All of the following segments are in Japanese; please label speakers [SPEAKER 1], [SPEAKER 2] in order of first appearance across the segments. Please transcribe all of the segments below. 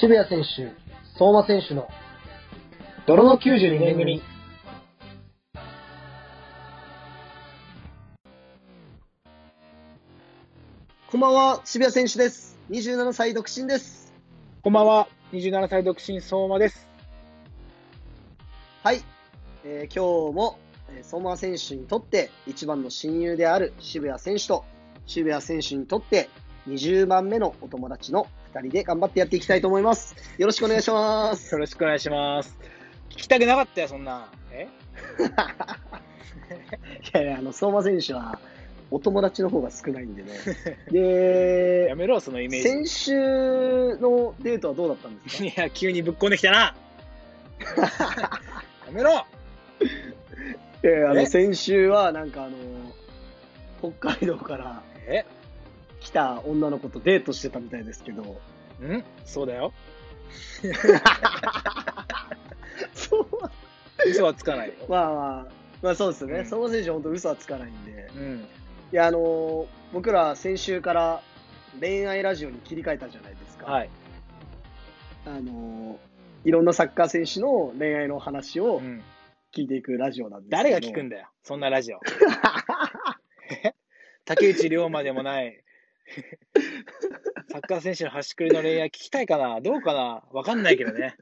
[SPEAKER 1] 渋谷選手、相馬選手の泥の92年組。こんばんは、渋谷選手です。27歳独身です。
[SPEAKER 2] こんばんは、27歳独身相馬です。
[SPEAKER 1] はい、えー今日も、えー相馬選手にとって一番の親友である渋谷選手と渋谷選手にとって20番目のお友達の2人で頑張ってやっていきたいと思います。よろしくお 願いします。
[SPEAKER 2] よろしくお願いします。聞きたくなかったよ、そんな。え
[SPEAKER 1] いやいや、あの、相馬選手は、お友達の方が少ないんで ね。で
[SPEAKER 2] や、めろ、そのイメー
[SPEAKER 1] 先週のデートはどうだったんです
[SPEAKER 2] ジ。
[SPEAKER 1] か
[SPEAKER 2] いや、急にぶっこんできた な。やめろ
[SPEAKER 1] いやあの、
[SPEAKER 2] え
[SPEAKER 1] 先週は、なんかあの、北海道から
[SPEAKER 2] え
[SPEAKER 1] 来た女の子とデートしてたみたいですけ ど。
[SPEAKER 2] んそうだよ。
[SPEAKER 1] そう。
[SPEAKER 2] 嘘はつかないよ。
[SPEAKER 1] まあまあ、まあそうですね。
[SPEAKER 2] うん
[SPEAKER 1] 相馬選手、本当嘘はつかないんで。
[SPEAKER 2] うん。
[SPEAKER 1] いや、あの、僕ら先週から恋愛ラジオに切り替えたじゃないですか。
[SPEAKER 2] はい。
[SPEAKER 1] あのいろんなサッカー選手の恋愛の話を
[SPEAKER 2] うん
[SPEAKER 1] 聞いていくラジオなんですけど
[SPEAKER 2] 誰が聞くんだよ、そんなラ ジオ。え竹内涼真でもない。 サッカー選手の端くれの恋愛聞きたいかなどうかなわかんないけどね。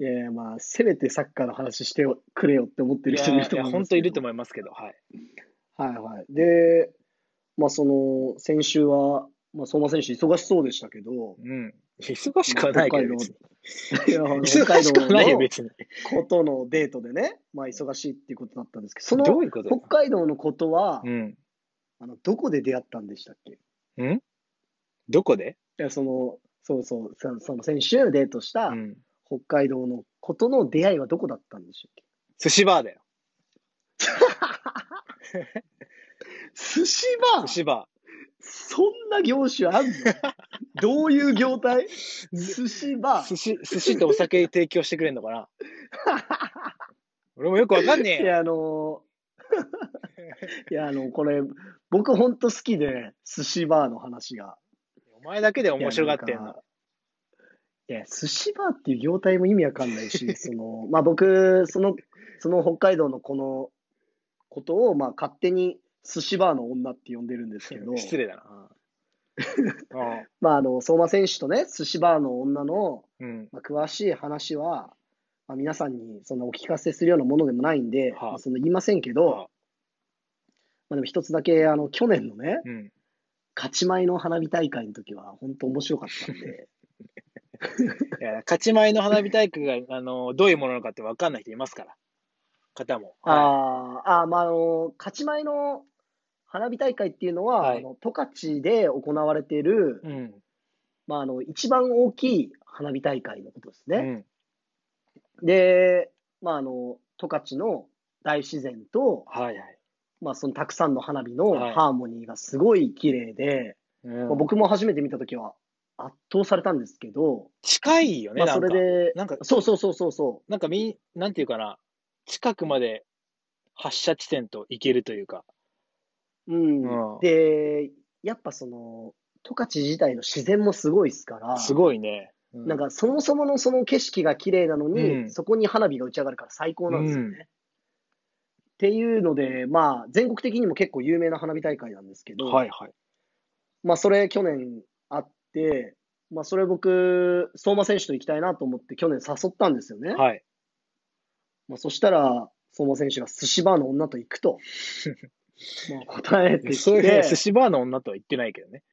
[SPEAKER 1] いやいや、まあ、せめてサッカーの話してくれよって思って
[SPEAKER 2] い
[SPEAKER 1] る
[SPEAKER 2] や
[SPEAKER 1] 人もいると
[SPEAKER 2] いや、
[SPEAKER 1] 思う
[SPEAKER 2] 本当いると
[SPEAKER 1] 思
[SPEAKER 2] 思いますけど、はい。
[SPEAKER 1] う。はいはい。で、まあ、その、先週は、まあ、相馬選手忙しそうでしたけど、
[SPEAKER 2] うん。忙しくはないけど、別に
[SPEAKER 1] いやあの北
[SPEAKER 2] 忙
[SPEAKER 1] 海
[SPEAKER 2] し
[SPEAKER 1] 道
[SPEAKER 2] くはないよ、
[SPEAKER 1] の
[SPEAKER 2] 別に。
[SPEAKER 1] ことのデートでね、まあ、忙しいっていうことだったんですけど、その
[SPEAKER 2] どういうことだ
[SPEAKER 1] 北海道のことは、
[SPEAKER 2] うん。
[SPEAKER 1] あのどこで出会ったんでしたっけい
[SPEAKER 2] んどこで
[SPEAKER 1] や、その、そうそう、そのその先週デートした、
[SPEAKER 2] うん。
[SPEAKER 1] 北海道のことの出会いはどこだったんでしょう
[SPEAKER 2] 寿司バーだよ。
[SPEAKER 1] 寿司バ
[SPEAKER 2] 寿司バ
[SPEAKER 1] そんな業種あんの どういう業態 寿司バ
[SPEAKER 2] ー。寿司、寿司とお酒提供してくれんのかな俺もよくわかんね
[SPEAKER 1] い
[SPEAKER 2] えよ。
[SPEAKER 1] や、あのー いや、あの、これ、僕ほんと好きで、寿司バーの話が。
[SPEAKER 2] お前だけで面白がってん
[SPEAKER 1] いやなん
[SPEAKER 2] の
[SPEAKER 1] か。いや、寿司バーっていう業態も意味わかんない し、その、まあ僕、その、その北海道のこのことを、まあ勝手に寿司バーの女って呼んでるんですけど、
[SPEAKER 2] 失礼だな。ああ
[SPEAKER 1] まああの、相馬選手とね、寿司バーの女の、
[SPEAKER 2] うん。
[SPEAKER 1] まあ、詳しい話は、まあ、皆さんにそんなお聞かせするようなものでもないんで、
[SPEAKER 2] はあ
[SPEAKER 1] まあその言いませんけど、
[SPEAKER 2] はあ
[SPEAKER 1] まあ、でも一つだけあの去年のね、
[SPEAKER 2] うん。
[SPEAKER 1] 勝ち前の花火大会の時は、本当面白かった んで、
[SPEAKER 2] いや、勝ち前の花火大会が、あの、どういうものなのかってわかんない人いますから。方も。は
[SPEAKER 1] あーあー、まああの、勝ち前の花火大会っていうのは、
[SPEAKER 2] はい
[SPEAKER 1] あの十勝で行われている、
[SPEAKER 2] いうん。
[SPEAKER 1] まあ、あの一番大きい花火大会のことです
[SPEAKER 2] う
[SPEAKER 1] ね。
[SPEAKER 2] ん。
[SPEAKER 1] で、まああの、十勝の大自然と、
[SPEAKER 2] はいはい。
[SPEAKER 1] まあ、そのたくさんの花火の
[SPEAKER 2] はい
[SPEAKER 1] ハーモニーがすごい綺麗で、
[SPEAKER 2] うん
[SPEAKER 1] まあ僕も初めて見たときは圧倒されたんですけど、
[SPEAKER 2] 近いよね、
[SPEAKER 1] まあ、
[SPEAKER 2] な
[SPEAKER 1] そ
[SPEAKER 2] んか
[SPEAKER 1] れ。で、
[SPEAKER 2] なんか、
[SPEAKER 1] そうそうそうそうそ
[SPEAKER 2] なんかみ、なんていうかな、近くまで発射地点と行けるというか。
[SPEAKER 1] う、うん
[SPEAKER 2] うん
[SPEAKER 1] で、やっぱその、十勝自体の自然もすごいですから、
[SPEAKER 2] すごいね。
[SPEAKER 1] な
[SPEAKER 2] な
[SPEAKER 1] ん、かそもそものその景色が綺麗なのに、
[SPEAKER 2] うん
[SPEAKER 1] そこに花火が打ち上がるから最高なんですよね。
[SPEAKER 2] うん
[SPEAKER 1] っていうので、まあ、全国的にも結構有名な花火大会なんですけど、
[SPEAKER 2] はいはい。
[SPEAKER 1] まあ、それ去年あって、まあ、それ僕、相馬選手と行きたいなと思って去年誘ったんですよね。
[SPEAKER 2] はい。
[SPEAKER 1] まあ、そしたら、相馬選手が寿司バーの女と行く と、まあ答えてき
[SPEAKER 2] そういうね、
[SPEAKER 1] て、
[SPEAKER 2] 寿司バーの女とは言ってないけどね。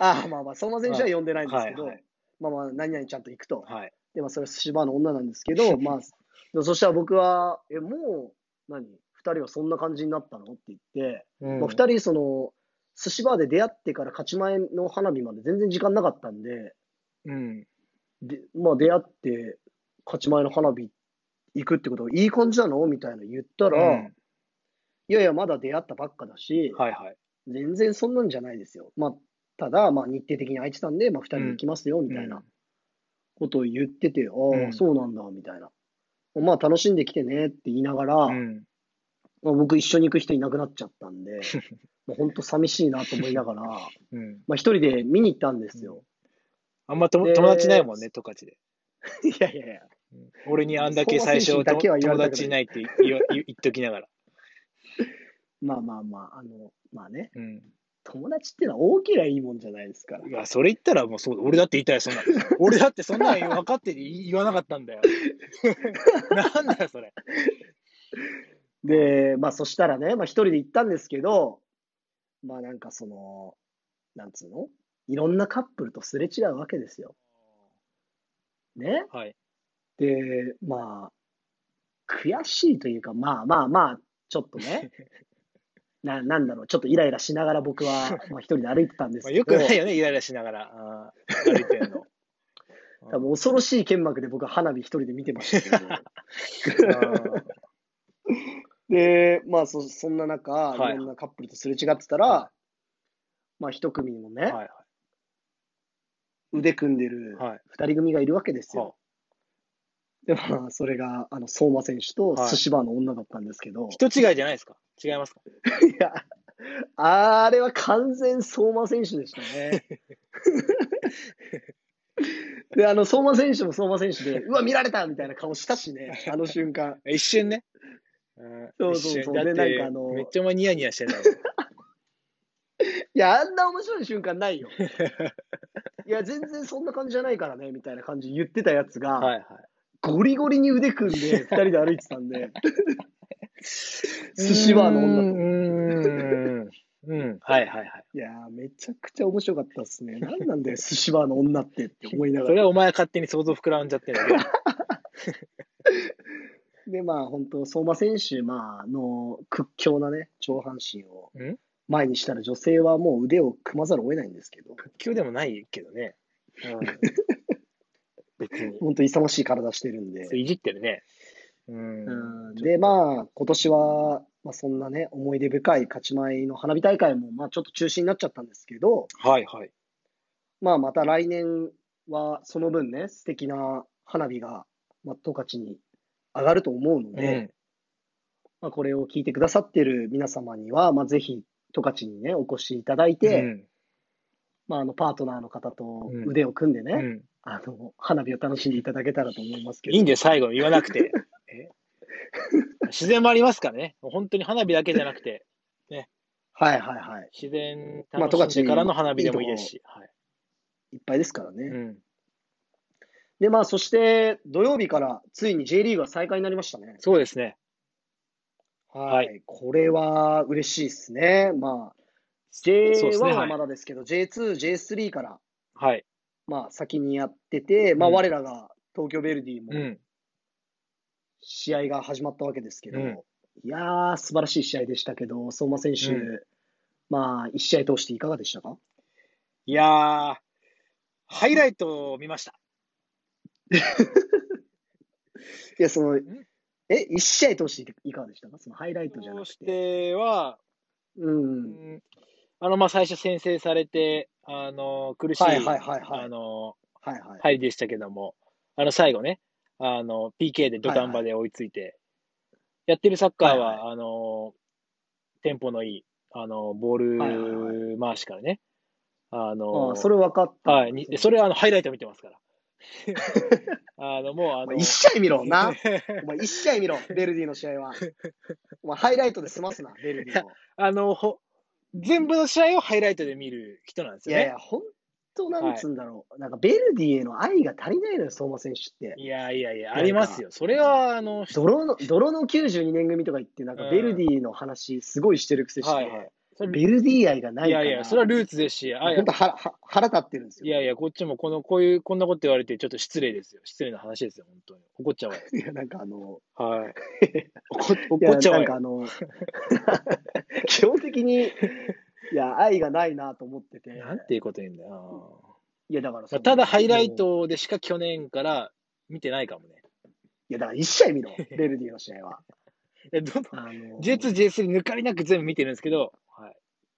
[SPEAKER 1] ああまあまあ、相馬選手は呼んでないんですけど、
[SPEAKER 2] はいはい
[SPEAKER 1] まあまあ、何々ちゃんと行くと。
[SPEAKER 2] はい。
[SPEAKER 1] で、まあ、それは寿司バーの女なんですけ ど、まあ、でもそしたら僕は、え、もう、何二人はそんな感じになったのって言って、
[SPEAKER 2] うん
[SPEAKER 1] まあ、二人、その、寿司バーで出会ってから勝ち前の花火まで全然時間なかったんで、
[SPEAKER 2] うん。
[SPEAKER 1] で、まあ、出会って、勝ち前の花火行くってことをいい感じなのみたいなの言ったら、
[SPEAKER 2] うん
[SPEAKER 1] いやいや、まだ出会ったばっかだし、
[SPEAKER 2] はいはい。
[SPEAKER 1] 全然そんなんじゃないですよ。まあ、ただ、まあ、日程的に空いてたんで、まあ、二人で行きますよ、みたいなことを言ってて、ああ、
[SPEAKER 2] うん
[SPEAKER 1] そうなんだ、みたいな。まあ、楽しんできてねって言いながら、
[SPEAKER 2] うん。
[SPEAKER 1] まあ、僕一緒に行く人いなくなっちゃったん で、もう本当寂しいなと思いながら、ま
[SPEAKER 2] うん。
[SPEAKER 1] あ一人で見に行ったんですよ。
[SPEAKER 2] あんまとも
[SPEAKER 1] で
[SPEAKER 2] 友達ないもんね、十勝で。
[SPEAKER 1] いやいやいや。
[SPEAKER 2] 俺にあんだけ
[SPEAKER 1] そんな
[SPEAKER 2] 最
[SPEAKER 1] 精
[SPEAKER 2] 初
[SPEAKER 1] 神だけは言わ
[SPEAKER 2] 友
[SPEAKER 1] れたくない
[SPEAKER 2] 達いないって言わ言言っときながら。
[SPEAKER 1] まあまあまあ、あの、まあね、
[SPEAKER 2] うん。
[SPEAKER 1] 友達ってのは大きりゃいいもんじゃないですから
[SPEAKER 2] い。や、それ言ったらもうそうだ。俺だって言いたい、そん な。俺だってそんなん分かってて言い言わなかったんだよ。 なんだよ、それ。
[SPEAKER 1] で、まあそしたらね、まあ一人で行ったんですけど、まあなんかその、なんつうのいろんなカップルとすれ違うわけですよ。ね。
[SPEAKER 2] はい。
[SPEAKER 1] で、まあ、悔しいというか、まあまあまあ、ちょっと ね、ななんだろう、ちょっとイライラしながら僕は、まあ、一人で歩いてたんです
[SPEAKER 2] まあ、
[SPEAKER 1] けど、
[SPEAKER 2] よくないよね、イライラしながら、あー歩いてるの。
[SPEAKER 1] 多分恐ろしい剣幕で僕は花火一人で見てましたけど。
[SPEAKER 2] うん
[SPEAKER 1] で、まあそ、そんな中、
[SPEAKER 2] い
[SPEAKER 1] いろんなカップルとすれ違ってたら、まあ、一組のね、
[SPEAKER 2] はい
[SPEAKER 1] 腕組んでる
[SPEAKER 2] はい。
[SPEAKER 1] 二人組がいるわけです
[SPEAKER 2] は
[SPEAKER 1] よ。で、まあ、それが、あの、相馬選手と
[SPEAKER 2] はい
[SPEAKER 1] 寿司バーの女だったんですけど、
[SPEAKER 2] 人違いじゃないですか違いますか
[SPEAKER 1] い、や、あれは完全相馬選手でしたね。で、あの、相馬選手も相馬選手 で、うわ、見られたみたいな顔したしね、あの瞬間。
[SPEAKER 2] 一瞬ね。うん
[SPEAKER 1] そうそうそう
[SPEAKER 2] 一瞬だって
[SPEAKER 1] でなんかあの
[SPEAKER 2] めっちゃお前ニヤニヤしてたよ。
[SPEAKER 1] いや、あんな面白い瞬間ない よ。いや、全然そんな感じじゃないからね、みたいな感じ言ってたやつが、
[SPEAKER 2] はいはい。
[SPEAKER 1] ゴリゴリに腕組ん で、二人で歩いてたんで、 寿司バーの
[SPEAKER 2] う
[SPEAKER 1] 女と。
[SPEAKER 2] ん。うん。うんはいはいはい。
[SPEAKER 1] いやー、めちゃくちゃ面白かったっすね。なんなんだよ、寿司バーの女ってって思いな
[SPEAKER 2] そ
[SPEAKER 1] が
[SPEAKER 2] れ
[SPEAKER 1] ら。
[SPEAKER 2] はお前勝手に想像膨らんじゃってるだけだ。
[SPEAKER 1] で、まあ、本当相馬選手、まあ、あの屈強なね、上半身を
[SPEAKER 2] うん
[SPEAKER 1] 前にしたら、女性はもう腕を組まざるを得ないんですけど、
[SPEAKER 2] 屈強でもないけどね。うん、別に。
[SPEAKER 1] 本当勇ましい体してるんで
[SPEAKER 2] そ。ういじってるね。うん。
[SPEAKER 1] うんで、まあ、今年は、まあ、そんなね、思い出深い勝ち前の花火大会も、まあ、ちょっと中止になっちゃったんですけど、
[SPEAKER 2] はいはい。
[SPEAKER 1] まあ、また来年は、その分ね、素敵な花火が、まあ、十勝に上がると思うので、
[SPEAKER 2] うん
[SPEAKER 1] まあ、これを聞いてくださってる皆様には、まあ、ぜひ、十勝にね、お越しいただいて、
[SPEAKER 2] うん
[SPEAKER 1] まあ、あの、パートナーの方と
[SPEAKER 2] うん
[SPEAKER 1] 腕を組んでね、
[SPEAKER 2] うん
[SPEAKER 1] あの、花火を楽しんでいただけたらと思いますけど。
[SPEAKER 2] いいんで最後に言わなくて。 え自然もありますからね。もう本当に花火だけじゃなくて、
[SPEAKER 1] はいはいはい。
[SPEAKER 2] 自然
[SPEAKER 1] まあ
[SPEAKER 2] 楽しんでからの花火でもいいですし。はい
[SPEAKER 1] いっぱいですからね。
[SPEAKER 2] うん、
[SPEAKER 1] で、まあ、そして、土曜日から、ついに J リーグが再開になりましたね。
[SPEAKER 2] そうですね。はい
[SPEAKER 1] これは嬉しいですね。まあ、
[SPEAKER 2] そうです
[SPEAKER 1] J1
[SPEAKER 2] ねは
[SPEAKER 1] はいまだですけど、J2、J3 から、
[SPEAKER 2] はい。
[SPEAKER 1] まあ、先にやってて、まあ、
[SPEAKER 2] うん
[SPEAKER 1] 我らが東京ヴェルディ
[SPEAKER 2] う
[SPEAKER 1] も
[SPEAKER 2] ん。
[SPEAKER 1] 試合が始まったわけですけど、
[SPEAKER 2] うん
[SPEAKER 1] いやー、素晴らしい試合でしたけど、相馬選手、
[SPEAKER 2] うん
[SPEAKER 1] まあ、1試合通していかがでしたか
[SPEAKER 2] いやー、ハイライトを見ました。
[SPEAKER 1] いや、その、え、1試合通していかがでしたかそのハイライトじゃな
[SPEAKER 2] そ
[SPEAKER 1] く。
[SPEAKER 2] してては、
[SPEAKER 1] うん。
[SPEAKER 2] あの、まあ、最初先制されて、あの、苦しい、
[SPEAKER 1] はいはいはいはい
[SPEAKER 2] あの、
[SPEAKER 1] はいはい。
[SPEAKER 2] 入りでしたけども、あの、最後ね、あの、PK で土壇場で追いついて、やってるサッカーは、
[SPEAKER 1] はい
[SPEAKER 2] あの、テンポのいい、あの、ボー
[SPEAKER 1] はいはい
[SPEAKER 2] ル回しからね、あの、
[SPEAKER 1] ああそれ分かった。
[SPEAKER 2] はい、にそれはあの、ハイライト見てますから。 あの、もう、あ
[SPEAKER 1] お
[SPEAKER 2] の
[SPEAKER 1] 前、一試合見ろ な。お前一試合見ろ、ベルディの試合は。お前ハイライトで済 ますな、ベルディを。
[SPEAKER 2] あの、ほ全部の試合をハイライトで見る人なんです
[SPEAKER 1] い
[SPEAKER 2] よ
[SPEAKER 1] やい
[SPEAKER 2] ね
[SPEAKER 1] や、。本当なんつうんだろう。なんかベルディへの愛が足りないのよ、相馬選手って。
[SPEAKER 2] いやいやいや、
[SPEAKER 1] なんか
[SPEAKER 2] ありますよ。それは、あの、
[SPEAKER 1] 泥の泥の92年組とか言って、なんかベルディの話すごいしてるくせして、
[SPEAKER 2] はいはい。それ
[SPEAKER 1] ベルディ愛がないいか
[SPEAKER 2] や
[SPEAKER 1] ら、
[SPEAKER 2] いや、それはルーツですし、あいや
[SPEAKER 1] 本当腹腹腹立ってるんです
[SPEAKER 2] い
[SPEAKER 1] よ。
[SPEAKER 2] やいや、こっちもこの、こういう、こんなこと言われて、ちょっと失礼ですよ。失礼な話ですよ、本当に。怒っちゃおうよ。
[SPEAKER 1] いや、なんかあの、
[SPEAKER 2] はい。怒っ
[SPEAKER 1] い
[SPEAKER 2] 怒
[SPEAKER 1] や
[SPEAKER 2] っちゃ
[SPEAKER 1] な
[SPEAKER 2] おうん
[SPEAKER 1] か
[SPEAKER 2] よ。
[SPEAKER 1] あの、 基本的に、いや、愛がないなと思ってて。
[SPEAKER 2] なんていうこと言うんだよ。
[SPEAKER 1] いや、だからそ
[SPEAKER 2] まあ
[SPEAKER 1] の
[SPEAKER 2] ただ、ハイライトでしか去年から見てないかもね。
[SPEAKER 1] いや、だから一試合見ろ、ベルディの試合は。
[SPEAKER 2] えどの
[SPEAKER 1] あの
[SPEAKER 2] J2、J3 抜かりなく全部見てるんですけど、は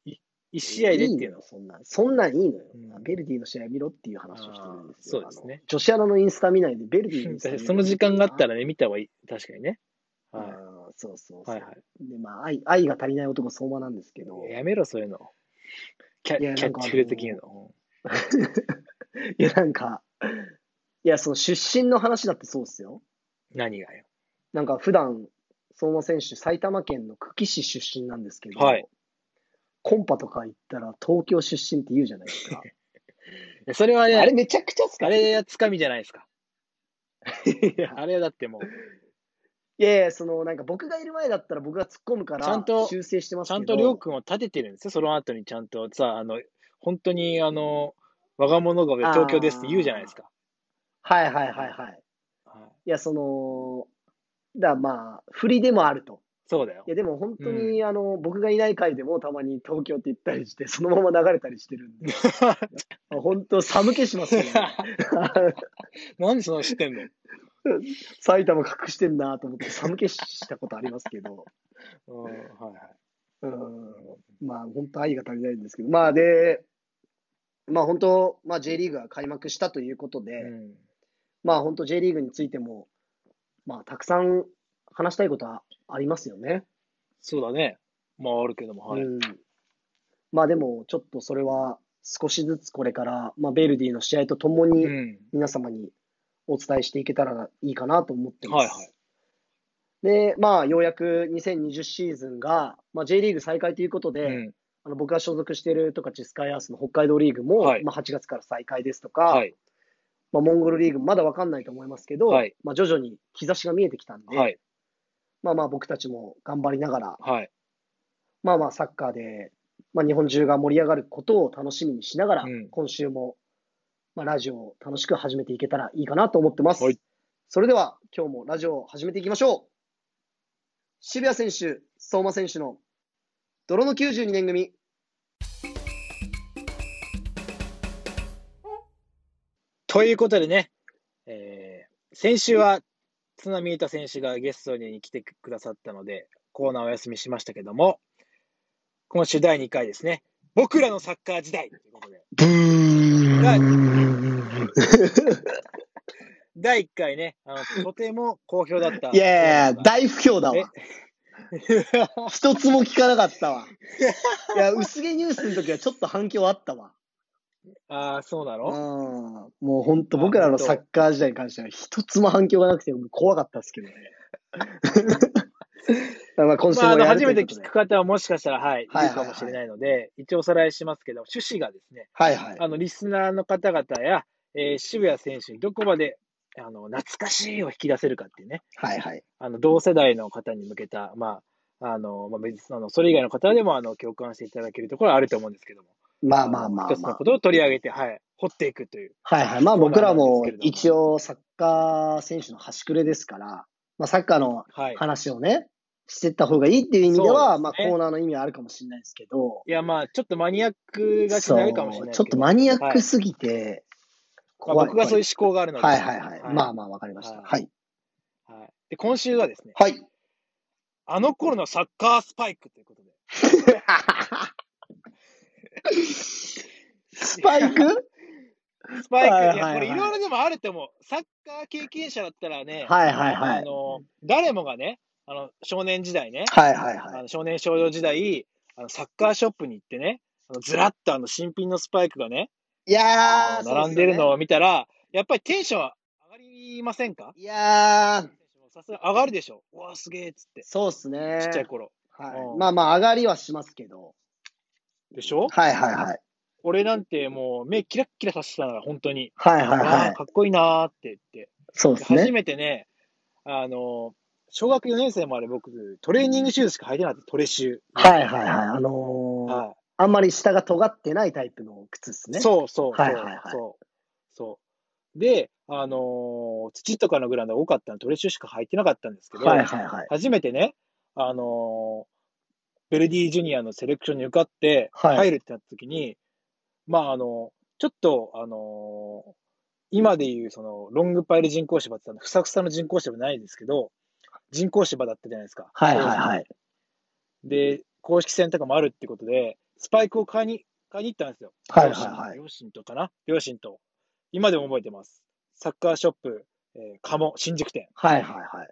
[SPEAKER 2] い、1試合でっていうの
[SPEAKER 1] のそんな、そんなんいいのよ、
[SPEAKER 2] うん
[SPEAKER 1] ベルディの試合見ろっていう話をしてるんですよ。
[SPEAKER 2] あーそうですね
[SPEAKER 1] あの女子アナのインスタ見ないで、ベルディのインスタ見ろ
[SPEAKER 2] その時間があった
[SPEAKER 1] ら、
[SPEAKER 2] らね、見た方がいい。確かにね。
[SPEAKER 1] あ
[SPEAKER 2] は
[SPEAKER 1] ーそうそうそう。
[SPEAKER 2] はいは
[SPEAKER 1] で、まあ愛、愛が足りない男、相馬なんですけど、
[SPEAKER 2] い。やめろ、そういうの。キャ
[SPEAKER 1] いや
[SPEAKER 2] キャッチフレーズ的に言うの。
[SPEAKER 1] いや、なんか、いや、その出身の話だってそうっすよ。
[SPEAKER 2] うん何がよ。
[SPEAKER 1] なんか、普段、相馬選手、埼玉県の久喜市出身なんですけど、
[SPEAKER 2] はい
[SPEAKER 1] コンパとか行ったら、東京出身って言うじゃないですか。
[SPEAKER 2] それはね、
[SPEAKER 1] あ
[SPEAKER 2] あ
[SPEAKER 1] れ
[SPEAKER 2] れ、
[SPEAKER 1] めちゃくちゃっすか
[SPEAKER 2] あれはつかみじゃないですか。
[SPEAKER 1] いや
[SPEAKER 2] あれはだ ってもう。
[SPEAKER 1] いやいや、その、なんか僕がいる前だったら僕が突っ込むから、
[SPEAKER 2] ちゃんと
[SPEAKER 1] 修正してます
[SPEAKER 2] ちゃん
[SPEAKER 1] けど。
[SPEAKER 2] とりょうくんを立ててるんですよ、その後にちゃんとさ、あの本当にあの我が物顔で東京ですって言うじゃないですか。
[SPEAKER 1] はいはいはいはい。
[SPEAKER 2] はい
[SPEAKER 1] いや、その、だまあ、振りでもあると。
[SPEAKER 2] そうだよ
[SPEAKER 1] い。や、でも本当に、あの、僕がいない回でもたまに東京って言ったりして、そのまま流れたりしてるんで、あ本当寒気し ますよね。
[SPEAKER 2] なんでその知ってんの
[SPEAKER 1] 埼玉隠してんなと思って寒気したことありますけど、
[SPEAKER 2] うんはいはい
[SPEAKER 1] うん、まあ本当愛が足りないんですけど、まあで、まあ本当、まあ J リーグが開幕したということで、
[SPEAKER 2] うん
[SPEAKER 1] まあ本当 J リーグについても、まあたくさん話したいことはありますよね。
[SPEAKER 2] そうだね。まああるけども、はい。
[SPEAKER 1] うん、まあでもちょっとそれは少しずつこれから、まあ、ベルディの試合ととも
[SPEAKER 2] う
[SPEAKER 1] に
[SPEAKER 2] ん。
[SPEAKER 1] 皆様にお伝えしていけたらいいかなと思ってま
[SPEAKER 2] はい
[SPEAKER 1] す。
[SPEAKER 2] はい。
[SPEAKER 1] で、まあようやく2020シーズンが、まあ、J リーグ再開ということで、
[SPEAKER 2] うん
[SPEAKER 1] あの僕が所属しているトカチスカイアースの北海道リーグも、
[SPEAKER 2] はい
[SPEAKER 1] まあ、8月から再開ですとか、
[SPEAKER 2] はい。
[SPEAKER 1] まあ、モンゴルリーグもまだわかんないと思いますけど、
[SPEAKER 2] はい
[SPEAKER 1] まあ、徐々に兆しが見えてきたんで、
[SPEAKER 2] はい。
[SPEAKER 1] まあまあ僕たちも頑張りながら、
[SPEAKER 2] はい。
[SPEAKER 1] まあまあサッカーで、まあ、日本中が盛り上がることを楽しみにしながら、
[SPEAKER 2] うん
[SPEAKER 1] 今週も、まあ、ラジオを楽しく始めていけたらいいかなと思ってます。
[SPEAKER 2] はい
[SPEAKER 1] それでは今日もラジオを始めていきましょう。渋谷選手、相馬選手の泥の92年組。
[SPEAKER 2] ということでね、えー先週は津波板選手がゲストに来てくださったので、コーナーお休みしましたけども、今週第2回ですね、僕らのサッカー時代ということで、
[SPEAKER 1] ブー
[SPEAKER 2] はい第1回ね、あ のとても好評だった。
[SPEAKER 1] いやいや、大不評だわ。一つも聞かなかったわ。 いや、薄毛ニュースの時はちょっと反響あったわ。
[SPEAKER 2] ああ、そうな
[SPEAKER 1] うん
[SPEAKER 2] の、
[SPEAKER 1] もう本当、僕らのサッカー時代に関しては、一つも反響がなくて、怖かったですけどね。 まあ、今週
[SPEAKER 2] まあ、あ
[SPEAKER 1] もや
[SPEAKER 2] の
[SPEAKER 1] ると
[SPEAKER 2] 初
[SPEAKER 1] い
[SPEAKER 2] め
[SPEAKER 1] う
[SPEAKER 2] て
[SPEAKER 1] こと
[SPEAKER 2] 聞
[SPEAKER 1] で
[SPEAKER 2] く方はもしかしたら、はい、い
[SPEAKER 1] はいはい
[SPEAKER 2] るかもしれないので、一応おさらいしますけど、趣旨がですね、
[SPEAKER 1] はいはい。
[SPEAKER 2] あのリスナーの方々や、えー渋谷選手にどこまであの懐かしいを引き出せるかっていうね、
[SPEAKER 1] はいはい。
[SPEAKER 2] あの同世代の方に向けた、まあ、あの、まあ、別にあのそれ以外の方でもあの共感していただけるところはあると思うんですけども、
[SPEAKER 1] まあまあまあ
[SPEAKER 2] 一つ
[SPEAKER 1] ま
[SPEAKER 2] の
[SPEAKER 1] あ
[SPEAKER 2] こ。とを取り上げて、はい、掘っていくという。
[SPEAKER 1] はいはい。まあ
[SPEAKER 2] そうなん
[SPEAKER 1] 僕らも
[SPEAKER 2] ですけれども
[SPEAKER 1] 一応サッカー選手の端くれですから、まあサッカーの
[SPEAKER 2] はい。
[SPEAKER 1] 話をね、してった方がいいっていう意味では、
[SPEAKER 2] そう
[SPEAKER 1] まあ
[SPEAKER 2] ですね
[SPEAKER 1] コーナーの意味はあるかもしれないですけど、
[SPEAKER 2] いや、まあ、ちょっとマニアックがち
[SPEAKER 1] そう
[SPEAKER 2] になるかもしれないです
[SPEAKER 1] ちょっ
[SPEAKER 2] け
[SPEAKER 1] と
[SPEAKER 2] ど、
[SPEAKER 1] マニアックすぎて、
[SPEAKER 2] まあ、
[SPEAKER 1] 怖い
[SPEAKER 2] 僕がそういう思考があるので、
[SPEAKER 1] はいはいはい。まあまあわかりました。は。
[SPEAKER 2] はいはいで今週はですね、
[SPEAKER 1] はい。
[SPEAKER 2] あの頃のサッカースパイクということで、
[SPEAKER 1] スパイク
[SPEAKER 2] スパイク、
[SPEAKER 1] はい
[SPEAKER 2] い
[SPEAKER 1] はい
[SPEAKER 2] や、これ、い
[SPEAKER 1] はい
[SPEAKER 2] ろいろでもあると思う、サッカー経験者だったらね、
[SPEAKER 1] はいはいは
[SPEAKER 2] あ
[SPEAKER 1] い。
[SPEAKER 2] の誰もがね、あの少年時代ね、
[SPEAKER 1] はいはいは
[SPEAKER 2] あ
[SPEAKER 1] い。
[SPEAKER 2] の少年少女時代あの、サッカーショップに行ってね、あのずらっとあの新品のスパイクがね、
[SPEAKER 1] いや
[SPEAKER 2] あ
[SPEAKER 1] ー、
[SPEAKER 2] の並んでるの
[SPEAKER 1] そう
[SPEAKER 2] を見たら、やっぱりテンションは上がりませんか
[SPEAKER 1] っすよねいやー、
[SPEAKER 2] さすが上がるでしょ。うわすげえっつって、
[SPEAKER 1] そうっすね。
[SPEAKER 2] ちっちゃい頃。
[SPEAKER 1] は
[SPEAKER 2] う
[SPEAKER 1] い。
[SPEAKER 2] ん
[SPEAKER 1] まあまあ上がりはしますけど。
[SPEAKER 2] でしょ
[SPEAKER 1] はいはいはい。
[SPEAKER 2] 俺なんてもう目キラッキラさせてたから、本当に。
[SPEAKER 1] はいはい
[SPEAKER 2] あ
[SPEAKER 1] は
[SPEAKER 2] ー
[SPEAKER 1] い。
[SPEAKER 2] かっこいいなーって言って。
[SPEAKER 1] そう
[SPEAKER 2] で
[SPEAKER 1] です
[SPEAKER 2] 初
[SPEAKER 1] ね。
[SPEAKER 2] めてね、あの、小学4年生まで僕、トレーニングシューズしか履いてなかった、トレシュー。
[SPEAKER 1] はいはいはい。あのー、
[SPEAKER 2] はい
[SPEAKER 1] あんまり下が尖ってないタイプの靴っすね。
[SPEAKER 2] そうそうそう、
[SPEAKER 1] はいはいはい
[SPEAKER 2] そうそう。で、あのー土とかのグラウンドが多かったので、トレッシュしか入ってなかったんですけど、
[SPEAKER 1] はいはいはい。
[SPEAKER 2] 初めてね、あのーベルディジュニアのセレクションに受かって、
[SPEAKER 1] はい
[SPEAKER 2] 入るってなった時に、まあ、あのちょっと、あのー今でいう、その、ロングパイル人工芝って言ったの、ふさふさの人工芝ないですけど、人工芝だったじゃないですか。
[SPEAKER 1] はいはいはい。
[SPEAKER 2] で、公式戦とかもあるってことで、スパイクを買いに、買いに行ったんですよ。
[SPEAKER 1] はいはいはい
[SPEAKER 2] 両親両親とかな両親と。今でも覚えてます。サッカーショップ、えー、鴨、新宿店。
[SPEAKER 1] はいはいはい。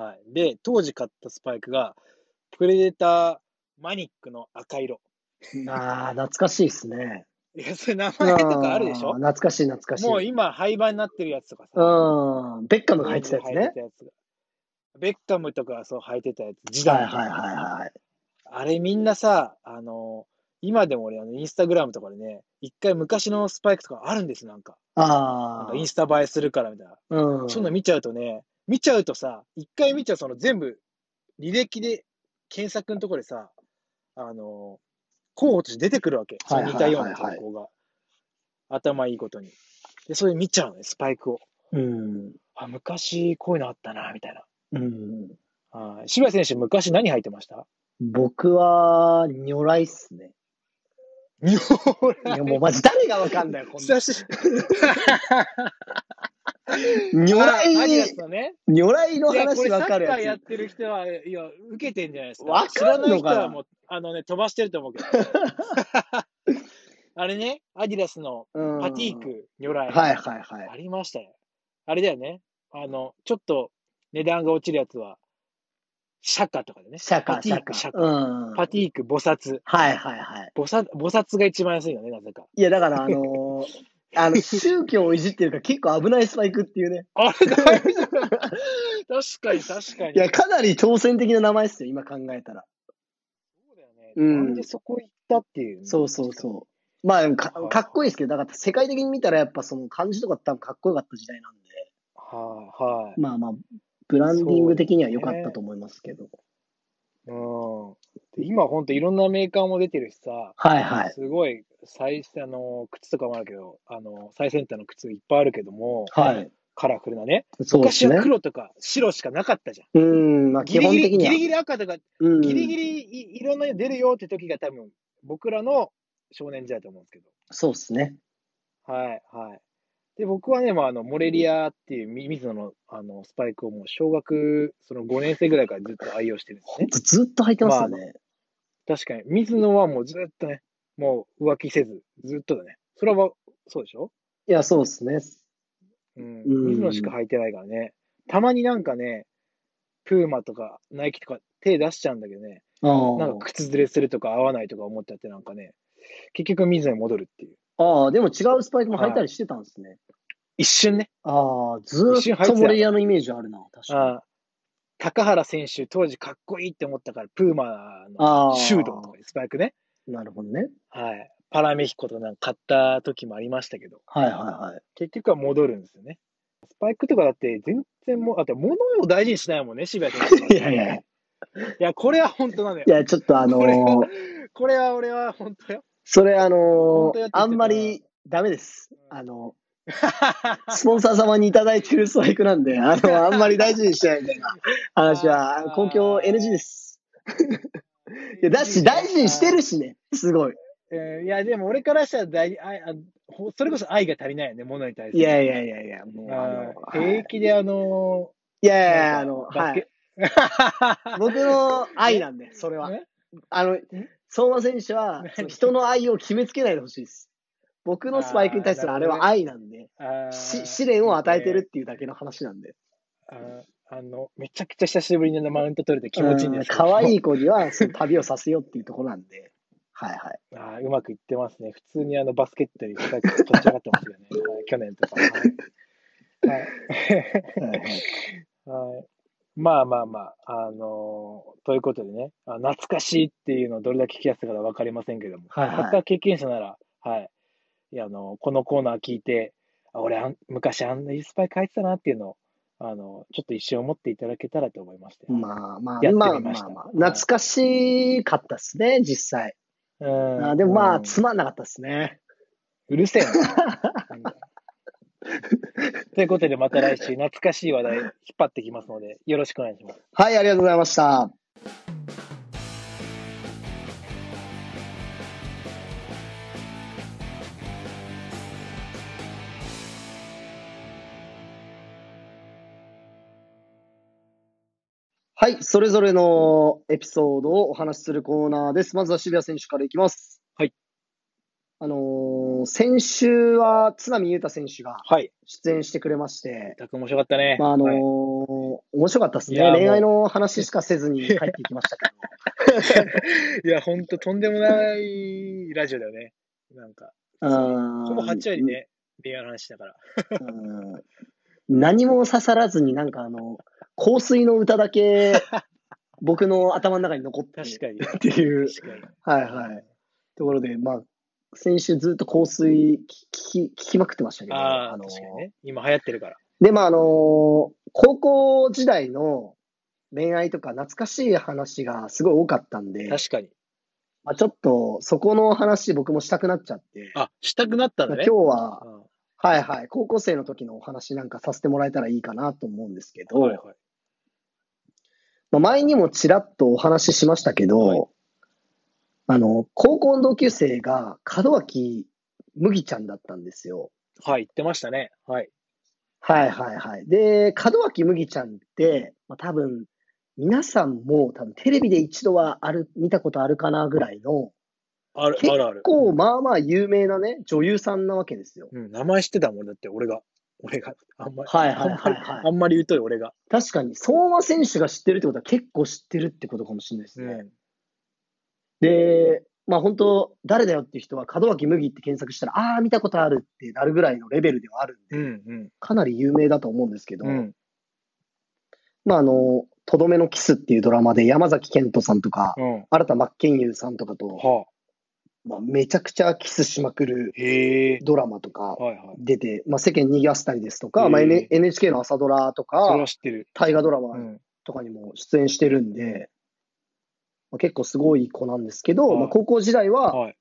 [SPEAKER 2] はい。で、当時買ったスパイクが、プレデターマニックの赤色。
[SPEAKER 1] ああ、懐かしいですね。
[SPEAKER 2] いや、それ名前とかあるでし
[SPEAKER 1] あー
[SPEAKER 2] ょ
[SPEAKER 1] 懐かしい、懐かしい。
[SPEAKER 2] もう今、廃盤になってるやつとかさ。
[SPEAKER 1] うん。ベッカムが入
[SPEAKER 2] 入っ
[SPEAKER 1] ってて
[SPEAKER 2] た
[SPEAKER 1] た
[SPEAKER 2] や
[SPEAKER 1] や
[SPEAKER 2] つ
[SPEAKER 1] つね。
[SPEAKER 2] がベッカムとかそう履いてたやつ、時
[SPEAKER 1] はい
[SPEAKER 2] 代、
[SPEAKER 1] はいはいはい。
[SPEAKER 2] あれみんなさ、あの、今でも俺、あのインスタグラムとかでね、一回昔のスパイクとかあるんですよ、なんか。なん
[SPEAKER 1] ああ
[SPEAKER 2] か。インスタ映えするからみたいな。
[SPEAKER 1] うん。
[SPEAKER 2] そんな見ちゃうとね、見ちゃうとさ、一回見ちゃうその全部、履歴で検索のところでさ、あの、候補として出てくるわけ。そ
[SPEAKER 1] はい
[SPEAKER 2] の
[SPEAKER 1] はい
[SPEAKER 2] 似
[SPEAKER 1] はい
[SPEAKER 2] た
[SPEAKER 1] はい
[SPEAKER 2] ような投稿が。頭いいことに。で、それ見ちゃうのね、スパイクを。
[SPEAKER 1] うん。
[SPEAKER 2] あ、昔こういうのあったな、みたいな。
[SPEAKER 1] うん。
[SPEAKER 2] はい渋谷選手、昔何履いてました
[SPEAKER 1] 僕は、如来っすね。
[SPEAKER 2] 日本
[SPEAKER 1] いや、もうマジ誰がわかんだよ、 こんな
[SPEAKER 2] 久。しぶ
[SPEAKER 1] 如
[SPEAKER 2] り。アディダ
[SPEAKER 1] 来
[SPEAKER 2] ス、のね。
[SPEAKER 1] 如来の
[SPEAKER 2] いやこ
[SPEAKER 1] 話
[SPEAKER 2] れサ
[SPEAKER 1] わ
[SPEAKER 2] ッカ
[SPEAKER 1] かる
[SPEAKER 2] ーや
[SPEAKER 1] や
[SPEAKER 2] っ
[SPEAKER 1] つ。
[SPEAKER 2] てる人は、いや、受けてんじゃないですか。
[SPEAKER 1] わ
[SPEAKER 2] 知
[SPEAKER 1] か
[SPEAKER 2] ら
[SPEAKER 1] ん
[SPEAKER 2] ない
[SPEAKER 1] の
[SPEAKER 2] 人
[SPEAKER 1] かな
[SPEAKER 2] はもう、あのね、飛ばしてると思うけど。 あれね、アディダスの
[SPEAKER 1] うん
[SPEAKER 2] パティー。ク、如来。
[SPEAKER 1] はいはいはい。
[SPEAKER 2] ありましたよ。あれだよね。あの、ちょっと値段が落ちるやつは、シャカとかでね。
[SPEAKER 1] シャ
[SPEAKER 2] パ
[SPEAKER 1] カ、
[SPEAKER 2] テ
[SPEAKER 1] シ
[SPEAKER 2] ィ
[SPEAKER 1] ャ
[SPEAKER 2] ーク、シャ
[SPEAKER 1] カ。
[SPEAKER 2] カ。
[SPEAKER 1] うん。
[SPEAKER 2] パティーク、菩薩。
[SPEAKER 1] はいはいはい。
[SPEAKER 2] 菩薩、菩薩が一番安いよね、なぜか。
[SPEAKER 1] いや、だから、あのー あの、宗教をいじってるから結構危ないスパイクっていうね。
[SPEAKER 2] あれ、だいぶ 確かに、確かに。
[SPEAKER 1] いや、かなり挑戦的な名前っすよ、今考えたら。
[SPEAKER 2] そうだよね。
[SPEAKER 1] うん
[SPEAKER 2] なんでそこ行ったっていうね、
[SPEAKER 1] そうそうそう。まあ、か
[SPEAKER 2] はい
[SPEAKER 1] かっこいいですけど、だから世界的に見たらやっぱその漢字とか多分かっこよかった時代なんで、
[SPEAKER 2] はい、はい。
[SPEAKER 1] まあまあ、ブランディング的には良かったと思いますけど。
[SPEAKER 2] うん。で今、ほんといろんなメーカーも出てるしさ、
[SPEAKER 1] はいはい。
[SPEAKER 2] すごい、最先あの、靴とかもあるけど、あの、最先端の靴いっぱいあるけども、
[SPEAKER 1] はい。
[SPEAKER 2] カラフルなね。
[SPEAKER 1] そうで
[SPEAKER 2] 昔
[SPEAKER 1] すね
[SPEAKER 2] は。黒とか白しかなかったじゃ
[SPEAKER 1] う
[SPEAKER 2] ん。
[SPEAKER 1] ん、まあ
[SPEAKER 2] ギ
[SPEAKER 1] 基
[SPEAKER 2] リ
[SPEAKER 1] 本
[SPEAKER 2] ギリ、
[SPEAKER 1] 的に
[SPEAKER 2] ギ
[SPEAKER 1] は。
[SPEAKER 2] リギリ赤とか、
[SPEAKER 1] うん
[SPEAKER 2] ギリギリいいろんなの出るよって時が多分、僕らの少年時代だと思うんですけど。
[SPEAKER 1] そうですね。
[SPEAKER 2] はいはい。で、僕はね、まあ、あのモレリアっていうみ水野のあのスパイクをもう小学その5年生ぐらいからずっと愛用してるんですね。
[SPEAKER 1] ずずっと履いてますよね。
[SPEAKER 2] 確かに、水野はもうずっとね、もう浮気せず、ずっとだね。それは、そうでしょ
[SPEAKER 1] いや、そうですね。
[SPEAKER 2] うん。
[SPEAKER 1] うん
[SPEAKER 2] 水野しか履いてないからね。たまになんかね、プーマとかナイキとか手出しちゃうんだけどね、
[SPEAKER 1] あ
[SPEAKER 2] なんか靴ずれするとか合わないとか思っちゃってなんかね、結局水野に戻るっていう。
[SPEAKER 1] ああ、でも違うスパイクも履いたりしてたんですね。
[SPEAKER 2] 一瞬ね。
[SPEAKER 1] ああ、ずーっとモレリアのイメージあるな、確かに。
[SPEAKER 2] あー高原選手、当時かっこいいって思ったから、プーマの
[SPEAKER 1] ああ。
[SPEAKER 2] シュードとかねスパイクね。
[SPEAKER 1] なるほどね。
[SPEAKER 2] はい。パラメヒコとかなんか買った時もありましたけど、
[SPEAKER 1] はいはいはい。
[SPEAKER 2] 結局は戻るんですよね。スパイクとかだって全然もう、あと物を大事にしないもんね、渋谷選手 は。
[SPEAKER 1] いやいやい
[SPEAKER 2] いや、これは本当なのよ。
[SPEAKER 1] や、ちょっとあの
[SPEAKER 2] これは
[SPEAKER 1] ー、
[SPEAKER 2] これは俺は本当よ。
[SPEAKER 1] それあ
[SPEAKER 2] 本
[SPEAKER 1] の
[SPEAKER 2] 当やっ
[SPEAKER 1] ー、
[SPEAKER 2] てきてたら
[SPEAKER 1] あんまりダメです。あの、スポンサー様にいただいてるスパイクなんで、あの、あんまり大事にしてないみたい な話は、
[SPEAKER 2] あー
[SPEAKER 1] 公共 NG です。いや、だし、大事にしてるしね、すごい。
[SPEAKER 2] うん。いや、でも俺からしたら大事、ああほそれこそ愛が足りないよね、物に対する。
[SPEAKER 1] いやいやいやいや、もう、あの
[SPEAKER 2] あー、
[SPEAKER 1] はい
[SPEAKER 2] 平気であの
[SPEAKER 1] いや
[SPEAKER 2] ー
[SPEAKER 1] いやいや、あの、
[SPEAKER 2] なんかバ
[SPEAKER 1] は
[SPEAKER 2] スケ
[SPEAKER 1] い。僕の愛なんで、それは
[SPEAKER 2] え。
[SPEAKER 1] あの、相馬選手は、その人の愛を決めつけないでほしいです。僕のスパイクに対するあれは愛なんで、
[SPEAKER 2] あー
[SPEAKER 1] し試練を与えてるっていうだけの話なんで。
[SPEAKER 2] あーあの、めちゃくちゃ久しぶりにマウント取れて 気持ちいいんです
[SPEAKER 1] 可愛
[SPEAKER 2] い。
[SPEAKER 1] い子にはその旅をさせようっていうところなん で。はいはい。
[SPEAKER 2] あーうまくいってますね。普通にあのバスケットに高く立ち上がって ますよね。はい去年とか。はい
[SPEAKER 1] はいはい
[SPEAKER 2] はいはいまあまあまあ、あのーということでねあ、懐かしいっていうのをどれだけ聞きやすいか分かりませんけども、
[SPEAKER 1] はいはい
[SPEAKER 2] サッカー経験者なら、はい、いやあのこのコーナー聞いて、あ俺あん、昔あんなにスパイ書いてたなっていうのを、あのちょっと一瞬思っていただけたらと思いまして。
[SPEAKER 1] まあまあ
[SPEAKER 2] やってみ
[SPEAKER 1] まあま
[SPEAKER 2] まし
[SPEAKER 1] あ
[SPEAKER 2] た
[SPEAKER 1] まあ、懐かしかったっすね、実際。
[SPEAKER 2] うん
[SPEAKER 1] あでもま
[SPEAKER 2] う
[SPEAKER 1] あ、
[SPEAKER 2] ん
[SPEAKER 1] つまんなかったっすね。
[SPEAKER 2] うるせえな。なん だということで、また来週、懐かしい話題、引っ張ってきますので、よろしくお願いします。
[SPEAKER 1] はい、ありがとうございました。はい、それぞれのエピソードをお話しするコーナーです。まずは渋谷選手からいきます。あのー先週は津波裕太選手が
[SPEAKER 2] はい。
[SPEAKER 1] 出演してくれまして、
[SPEAKER 2] たく面白かったね。
[SPEAKER 1] まああのー
[SPEAKER 2] はい
[SPEAKER 1] 面白かったです
[SPEAKER 2] いや
[SPEAKER 1] ね。
[SPEAKER 2] ーもう
[SPEAKER 1] 恋愛の話しかせずに帰っていきましたけど。
[SPEAKER 2] いや、ほんととんでもないラジオだよね。なんか、
[SPEAKER 1] ほ
[SPEAKER 2] ほぼ8割ね、恋愛の話だから。
[SPEAKER 1] うん何も刺さらずになんかあの、香水の歌だ け僕の頭の中に残って
[SPEAKER 2] 確
[SPEAKER 1] る
[SPEAKER 2] かに。
[SPEAKER 1] っていう、
[SPEAKER 2] 確かに。
[SPEAKER 1] はいはい。ところで、まあ、先週ずっと香水聞き聞き聞きまくってましたけど、
[SPEAKER 2] ああ、
[SPEAKER 1] の
[SPEAKER 2] 確かにね。今流行ってるから。
[SPEAKER 1] で、まああの、高校時代の恋愛とか懐かしい話がすごい多かったんで、
[SPEAKER 2] 確かに。
[SPEAKER 1] まあ、ちょっとそこの話僕もしたくなっちゃって、
[SPEAKER 2] あ、したくなったん
[SPEAKER 1] ま
[SPEAKER 2] だ
[SPEAKER 1] あ、
[SPEAKER 2] ね。
[SPEAKER 1] 今日は、
[SPEAKER 2] うん
[SPEAKER 1] はいはい、高校生の時のお話なんかさせてもらえたらいいかなと思うんですけど、
[SPEAKER 2] はいはい
[SPEAKER 1] まあ、前にもちらっとお話ししましたけど、
[SPEAKER 2] はい
[SPEAKER 1] あの、高校の同級生が門脇麦ちゃんだったんですよ。
[SPEAKER 2] はい、言ってましたね。はい。
[SPEAKER 1] はいはいはい。で、門脇麦ちゃんって、まあ、多分、皆さんも多分テレビで一度はある、見たことあるかなぐらいの、
[SPEAKER 2] ある、
[SPEAKER 1] 結
[SPEAKER 2] あるある。
[SPEAKER 1] こう、まあまあ有名なね、女優さんなわけですよ。
[SPEAKER 2] うん、名前知ってたもんだって、俺が。俺が。あんまり、
[SPEAKER 1] はいはいはい
[SPEAKER 2] あんま
[SPEAKER 1] は
[SPEAKER 2] り
[SPEAKER 1] い。
[SPEAKER 2] あんまり疎い俺が。
[SPEAKER 1] 確かに、相馬選手が知ってるってことは結構知ってるってことかもしれないです
[SPEAKER 2] う
[SPEAKER 1] ね。
[SPEAKER 2] ん。
[SPEAKER 1] で、まあ本当、誰だよっていう人は、門脇麦って検索したら、ああー、見たことあるってなるぐらいのレベルではあるん
[SPEAKER 2] う
[SPEAKER 1] で、
[SPEAKER 2] ん、
[SPEAKER 1] かなり有名だと思うんですけど、
[SPEAKER 2] うん。
[SPEAKER 1] まああの、とどめのキスっていうドラマで山崎賢人さんとか、
[SPEAKER 2] うん。
[SPEAKER 1] 新田真剣佑さんとかと、
[SPEAKER 2] はあ。
[SPEAKER 1] まあ、めちゃくちゃキスしまくる
[SPEAKER 2] へえ。
[SPEAKER 1] ドラマとか
[SPEAKER 2] はいはい。
[SPEAKER 1] 出て、まあ世間にぎわせたりですとか、まあ、
[SPEAKER 2] へー
[SPEAKER 1] N- NHK の朝ドラと
[SPEAKER 2] それは
[SPEAKER 1] か、
[SPEAKER 2] 知ってる。
[SPEAKER 1] 大河ドラ
[SPEAKER 2] う
[SPEAKER 1] マ
[SPEAKER 2] ん。
[SPEAKER 1] とかにも出演してるんで、まあ、結構すごい子なんですけど、
[SPEAKER 2] はい
[SPEAKER 1] まあ、高校時代は、
[SPEAKER 2] はい。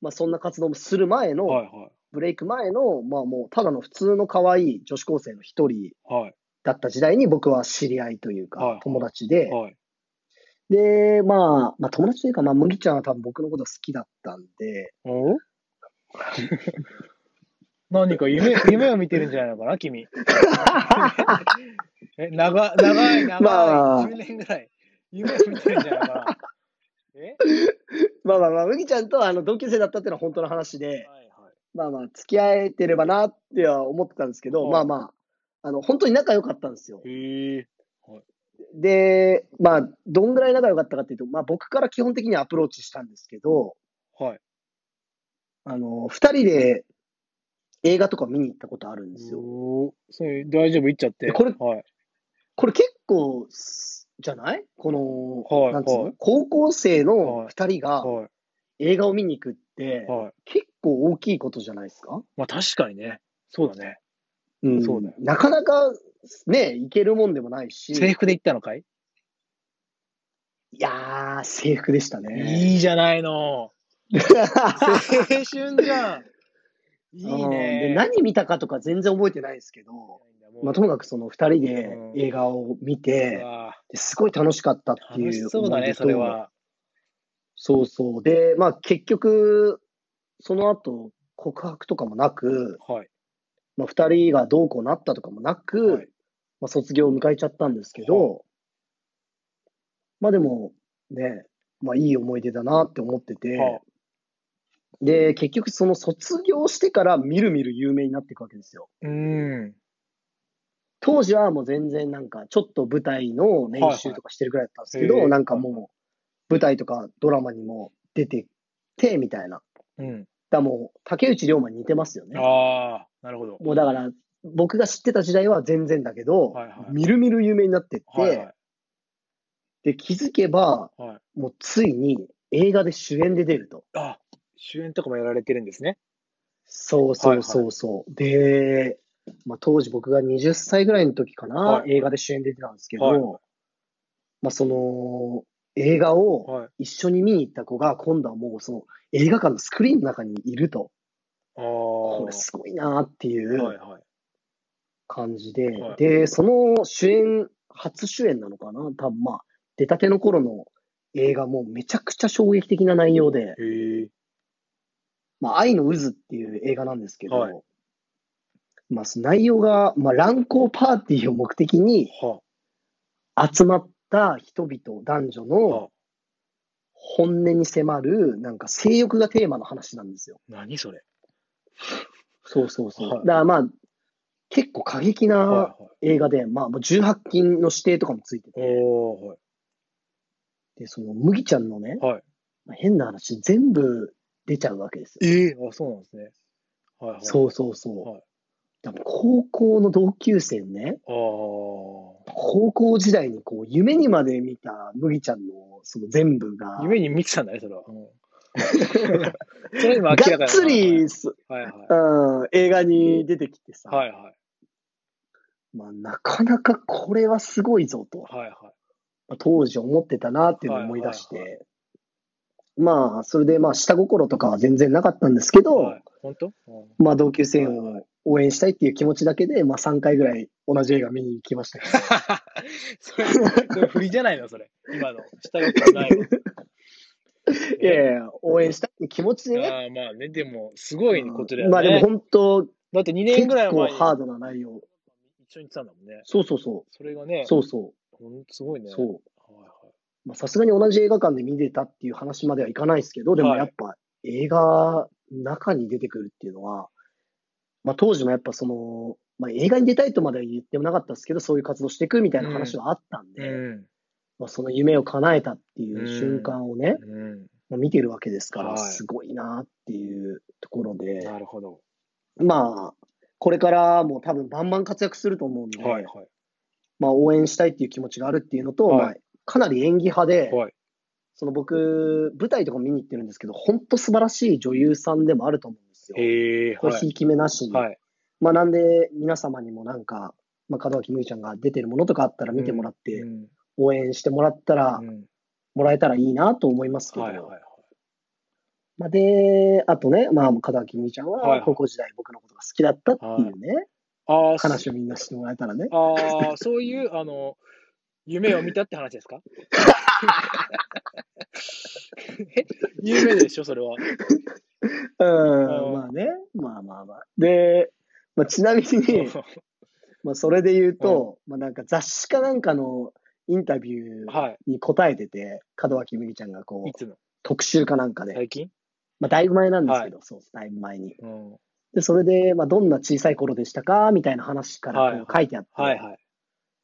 [SPEAKER 1] まあ、そんな活動もする前の、
[SPEAKER 2] はいは
[SPEAKER 1] ブレイク前の、まあもうただの普通の可愛い女子高生の一人
[SPEAKER 2] い。はい。
[SPEAKER 1] だった時代に僕は知り合いという
[SPEAKER 2] は
[SPEAKER 1] か
[SPEAKER 2] い、
[SPEAKER 1] 友達で、
[SPEAKER 2] はい。
[SPEAKER 1] で、まあ、まあ友達というか、まあ麦ちゃんは多分僕のこと好きだったんで、
[SPEAKER 2] お何か夢、夢を見てるんじゃないのかな、君。え、長い、長い、長い、
[SPEAKER 1] まあ
[SPEAKER 2] 10年ぐらい。夢を見てるんじゃないのかな。え
[SPEAKER 1] まあまあまあ、麦ちゃんとはあの同級生だったっていうのは本当の話で、
[SPEAKER 2] はいはい。
[SPEAKER 1] まあまあ、付き合えてればなっては思ってたんですけど、
[SPEAKER 2] はい
[SPEAKER 1] まあまあ、あの、本当に仲良かったんですよ。
[SPEAKER 2] へえ。
[SPEAKER 1] で、まあ、どんぐらい仲良かったかっていうと、まあ僕から基本的にはアプローチしたんですけど、
[SPEAKER 2] はい。
[SPEAKER 1] あの、二人で映画とか見に行ったことあるんですよ。
[SPEAKER 2] おお、それ大丈夫いっちゃって。
[SPEAKER 1] でこれ
[SPEAKER 2] はい。
[SPEAKER 1] これ結構す、じゃないこの、
[SPEAKER 2] はい
[SPEAKER 1] なんつうの、
[SPEAKER 2] はい
[SPEAKER 1] 高校生
[SPEAKER 2] は
[SPEAKER 1] の
[SPEAKER 2] い
[SPEAKER 1] 2人が
[SPEAKER 2] は
[SPEAKER 1] 映画を見に行くって
[SPEAKER 2] い。、はい。
[SPEAKER 1] 結構大きいことじゃないですか、
[SPEAKER 2] まあ確かにね。そうだね。
[SPEAKER 1] うん
[SPEAKER 2] そうだよ
[SPEAKER 1] なかなか、ね、行けるもんでもないし、
[SPEAKER 2] 制服で行ったのかい
[SPEAKER 1] いやー、制服でしたね。
[SPEAKER 2] いいじゃないの。青春じ ゃん。いい
[SPEAKER 1] うんで
[SPEAKER 2] ね。
[SPEAKER 1] 何見たかとか全然覚えてないですけど、まあ、ともかくその2人で映画を見
[SPEAKER 2] う
[SPEAKER 1] て、
[SPEAKER 2] わ
[SPEAKER 1] ですごい楽しかったって
[SPEAKER 2] 楽
[SPEAKER 1] い
[SPEAKER 2] し
[SPEAKER 1] う
[SPEAKER 2] そうだ
[SPEAKER 1] 思い
[SPEAKER 2] ね、
[SPEAKER 1] 出と
[SPEAKER 2] それは。
[SPEAKER 1] そうそう。で、まあ結局、その後、告白とかもなく、
[SPEAKER 2] はい。
[SPEAKER 1] まあ、2人がどうこうなったとかもなく、
[SPEAKER 2] はい
[SPEAKER 1] まあ、卒業を迎えちゃったんですけど、まあでもね、まあ、いい思い出だなって思ってて、
[SPEAKER 2] は
[SPEAKER 1] で結局その卒業してからみるみる有名になっていくわけですよ
[SPEAKER 2] うーん。
[SPEAKER 1] 当時はもう全然なんかちょっと舞台の練習とかしてるぐらいだったんですけど、
[SPEAKER 2] はいはいへえ
[SPEAKER 1] なんかもう舞台とかドラマにも出ててみたいな
[SPEAKER 2] うん。
[SPEAKER 1] だからもう竹内涼真に似てますよね
[SPEAKER 2] ああ、なるほど。
[SPEAKER 1] もうだから僕が知ってた時代は全然だけど、
[SPEAKER 2] はいはい
[SPEAKER 1] みるみる有名になってって、
[SPEAKER 2] はいはい。
[SPEAKER 1] で、気づけば、
[SPEAKER 2] はい、
[SPEAKER 1] もうついに映画で主演で出ると。
[SPEAKER 2] あ主演とかもやられてるんですね。
[SPEAKER 1] そうそうそうそう。で、まあ、当時僕が20歳ぐらいの時かな、
[SPEAKER 2] はい
[SPEAKER 1] 映画で主演で出てたんですけど、
[SPEAKER 2] はい
[SPEAKER 1] まあ、その、映画を
[SPEAKER 2] はい。
[SPEAKER 1] 一緒に見に行った子が、今度はもうその映画館のスクリーンの中にいると、
[SPEAKER 2] ああ。
[SPEAKER 1] これすごいなーってい
[SPEAKER 2] はいうはい。
[SPEAKER 1] 感じで、
[SPEAKER 2] はい
[SPEAKER 1] で、その主演、初主演なのかな多分まあ、出たての頃の映画もめちゃくちゃ衝撃的な内容で、
[SPEAKER 2] へえ。
[SPEAKER 1] まあ、愛の渦っていう映画なんですけど、
[SPEAKER 2] はい
[SPEAKER 1] まあ、その内容が、まあ、乱交パーティーを目的に
[SPEAKER 2] は
[SPEAKER 1] 集まった人々、男女
[SPEAKER 2] あ。
[SPEAKER 1] の
[SPEAKER 2] は
[SPEAKER 1] 本音に迫る、なんか性欲がテーマの話なんですよ。
[SPEAKER 2] 何それ。
[SPEAKER 1] そうそうそう。
[SPEAKER 2] はい
[SPEAKER 1] だからまあ、結構過激な
[SPEAKER 2] はいはい
[SPEAKER 1] 映画で、まあ、もう18禁の指定とかもついてて、
[SPEAKER 2] おー、はい。
[SPEAKER 1] で、その麦ちゃんのね、
[SPEAKER 2] はい
[SPEAKER 1] まあ変な話、全部出ちゃうわけですよ。
[SPEAKER 2] ええあ、そうなんですね。はいはい。
[SPEAKER 1] そうそうそう。
[SPEAKER 2] はい
[SPEAKER 1] でも高校の同級生ね、
[SPEAKER 2] ああ。
[SPEAKER 1] 高校時代にこう夢にまで見た麦ちゃんのその全部が、
[SPEAKER 2] 夢に見てたんだね、それは。うん それ
[SPEAKER 1] がっ
[SPEAKER 2] 今明らかだな
[SPEAKER 1] つり、す
[SPEAKER 2] はいはい。
[SPEAKER 1] うん、映画に出てきてさ、
[SPEAKER 2] はいはい。
[SPEAKER 1] まあ、なかなかこれはすごいぞと。
[SPEAKER 2] はいは
[SPEAKER 1] まあ当時思ってたなっていうのを思い出し
[SPEAKER 2] はいはい
[SPEAKER 1] て、まあ、それで、まあ、下心とかは全然なかったんですけど、
[SPEAKER 2] い。はい、本当、うん
[SPEAKER 1] まあ、同級生を応援したいっていう気持ちだけで、まあ、3回ぐらい同じ映画見に行きましたけど
[SPEAKER 2] それ、それ振りじゃないの、それ。今の。したことない わ。
[SPEAKER 1] いやいやいや、応援したいっていう気持ちでね、
[SPEAKER 2] あーまあね、でも、すごいことだよね。
[SPEAKER 1] まあ、でも本当、
[SPEAKER 2] だって2
[SPEAKER 1] 結
[SPEAKER 2] 年ぐらい
[SPEAKER 1] 構
[SPEAKER 2] 前に
[SPEAKER 1] ハードな内容。
[SPEAKER 2] 一緒に行ってたんだもんね。
[SPEAKER 1] そうそうそ
[SPEAKER 2] それがね
[SPEAKER 1] う、、そうそ、
[SPEAKER 2] ほんとすごいうね。
[SPEAKER 1] そう。
[SPEAKER 2] はいはい
[SPEAKER 1] まあさすがに同じ映画館で見てたっていう話まではいかないですけど、でも
[SPEAKER 2] はい
[SPEAKER 1] やっぱ映画の中に出てくるっていうのは、まあ当時もやっぱその、まあ映画に出たいとまでは言ってもなかったですけど、そういう活動していくみたいな話はあったんで、
[SPEAKER 2] うん。
[SPEAKER 1] まあその夢を叶えたっていう瞬間をね、
[SPEAKER 2] うん。
[SPEAKER 1] まあ見てるわけですから、
[SPEAKER 2] はい
[SPEAKER 1] すごいなっていうところで、
[SPEAKER 2] なるほど。
[SPEAKER 1] まあ、これからも多分バンバン活躍すると思うんで、
[SPEAKER 2] はいはい。
[SPEAKER 1] まあ応援したいっていう気持ちがあるっていうのと、
[SPEAKER 2] はい
[SPEAKER 1] まあかなり演技派で、
[SPEAKER 2] はい。
[SPEAKER 1] その僕、舞台とか見に行ってるんですけど、本当素晴らしい女優さんでもあると思うんですよ。
[SPEAKER 2] ええ
[SPEAKER 1] これ、
[SPEAKER 2] は
[SPEAKER 1] ひ
[SPEAKER 2] い。
[SPEAKER 1] いき目なしに。
[SPEAKER 2] はい。
[SPEAKER 1] まあ、なんで、皆様にもなんか、まあ、門脇麦ちゃんが出てるものとかあったら見てもらって、
[SPEAKER 2] うん
[SPEAKER 1] 応援してもらったら、
[SPEAKER 2] うん
[SPEAKER 1] もらえたらいいなと思いますけど。
[SPEAKER 2] はいはいはい。
[SPEAKER 1] まあ、で、あとね、まあ、門脇麦ちゃん
[SPEAKER 2] はいは、
[SPEAKER 1] はい高校時代僕のことが好きだったっていうね、
[SPEAKER 2] ああ、
[SPEAKER 1] 話をみんなしてもらえたらね。
[SPEAKER 2] ああ、そういう、あの、夢を見たって話で すかえ夢でしょ、それは。
[SPEAKER 1] うん、まあね、まあまあまあ。で、まあ、ちなみに、まあ、それで言うと、まあ、なんか雑誌かなんかのインタビュー
[SPEAKER 2] は
[SPEAKER 1] に答えてて、門脇麦ちゃんがこ、
[SPEAKER 2] い。いうつの
[SPEAKER 1] 特集かなんかで、
[SPEAKER 2] 最近
[SPEAKER 1] まあ、だいぶ前なんですけど、そう、だいぶ前に。
[SPEAKER 2] うん。は
[SPEAKER 1] で、それで、まあ、どんな小さい頃でしたかみたいな話から
[SPEAKER 2] はい
[SPEAKER 1] こう書いてあって、
[SPEAKER 2] いはい。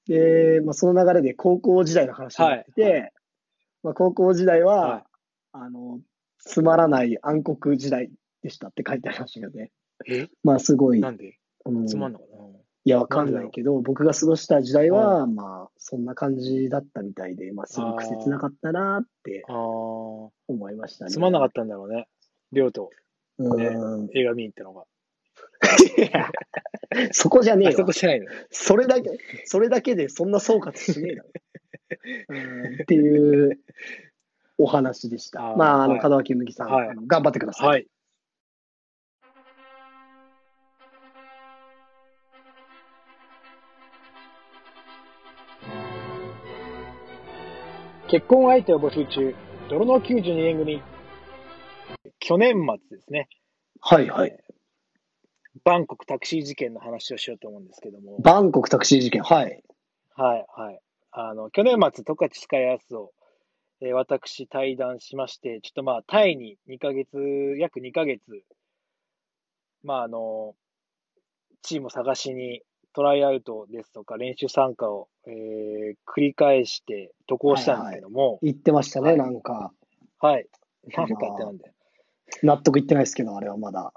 [SPEAKER 1] で、まあ、その流れで高校時代の話になってて、
[SPEAKER 2] はい
[SPEAKER 1] まあ、高校時代は、
[SPEAKER 2] は
[SPEAKER 1] あの、つまらない暗黒時代でしたって書いてありましたけどね。
[SPEAKER 2] え
[SPEAKER 1] まあ、すごい、
[SPEAKER 2] なんで
[SPEAKER 1] うん
[SPEAKER 2] つまんのかな、うん
[SPEAKER 1] いや、わかんないけど、僕が過ごした時代は、まあ、そんな感じだったみたいで、まあ、すごく切なかったなって
[SPEAKER 2] あ
[SPEAKER 1] 思いました
[SPEAKER 2] あ、
[SPEAKER 1] ね。
[SPEAKER 2] つまんなか
[SPEAKER 1] っ
[SPEAKER 2] ったんだろうね。りょうと
[SPEAKER 1] た。
[SPEAKER 2] ね
[SPEAKER 1] うん。
[SPEAKER 2] 映画見に行ったのが。
[SPEAKER 1] そこじゃね
[SPEAKER 2] あ
[SPEAKER 1] え
[SPEAKER 2] そ
[SPEAKER 1] よ
[SPEAKER 2] こ。してないの。
[SPEAKER 1] それだけ、それだけでそんな総括しねえだ ろ。うんっていうお話でした。
[SPEAKER 2] あー
[SPEAKER 1] まあ、あの、
[SPEAKER 2] はい
[SPEAKER 1] 門脇麦さん、
[SPEAKER 2] はい
[SPEAKER 1] あの頑張ってください。
[SPEAKER 2] はい。結婚相手を募集中、泥の92年組。去年末ですね、
[SPEAKER 1] はい、はい。
[SPEAKER 2] バンコクタクシー事件の話をしようと思うんですけども、
[SPEAKER 1] バンコクタクシー事件。はい。
[SPEAKER 2] はいはい。あの、去年末、十勝スカイアースを、えー私、対談しまして、ちょっとまあ、タイに2ヶ月、約2ヶ月、まあ、あの、チームを探しに、トライアウトですとか、練習参加を、えー繰り返して渡航したんですけども、
[SPEAKER 1] 言ってましたね、
[SPEAKER 2] はい
[SPEAKER 1] なんか。
[SPEAKER 2] はい。なんかってなんで。
[SPEAKER 1] 納得いってないですけど、あれはまだ。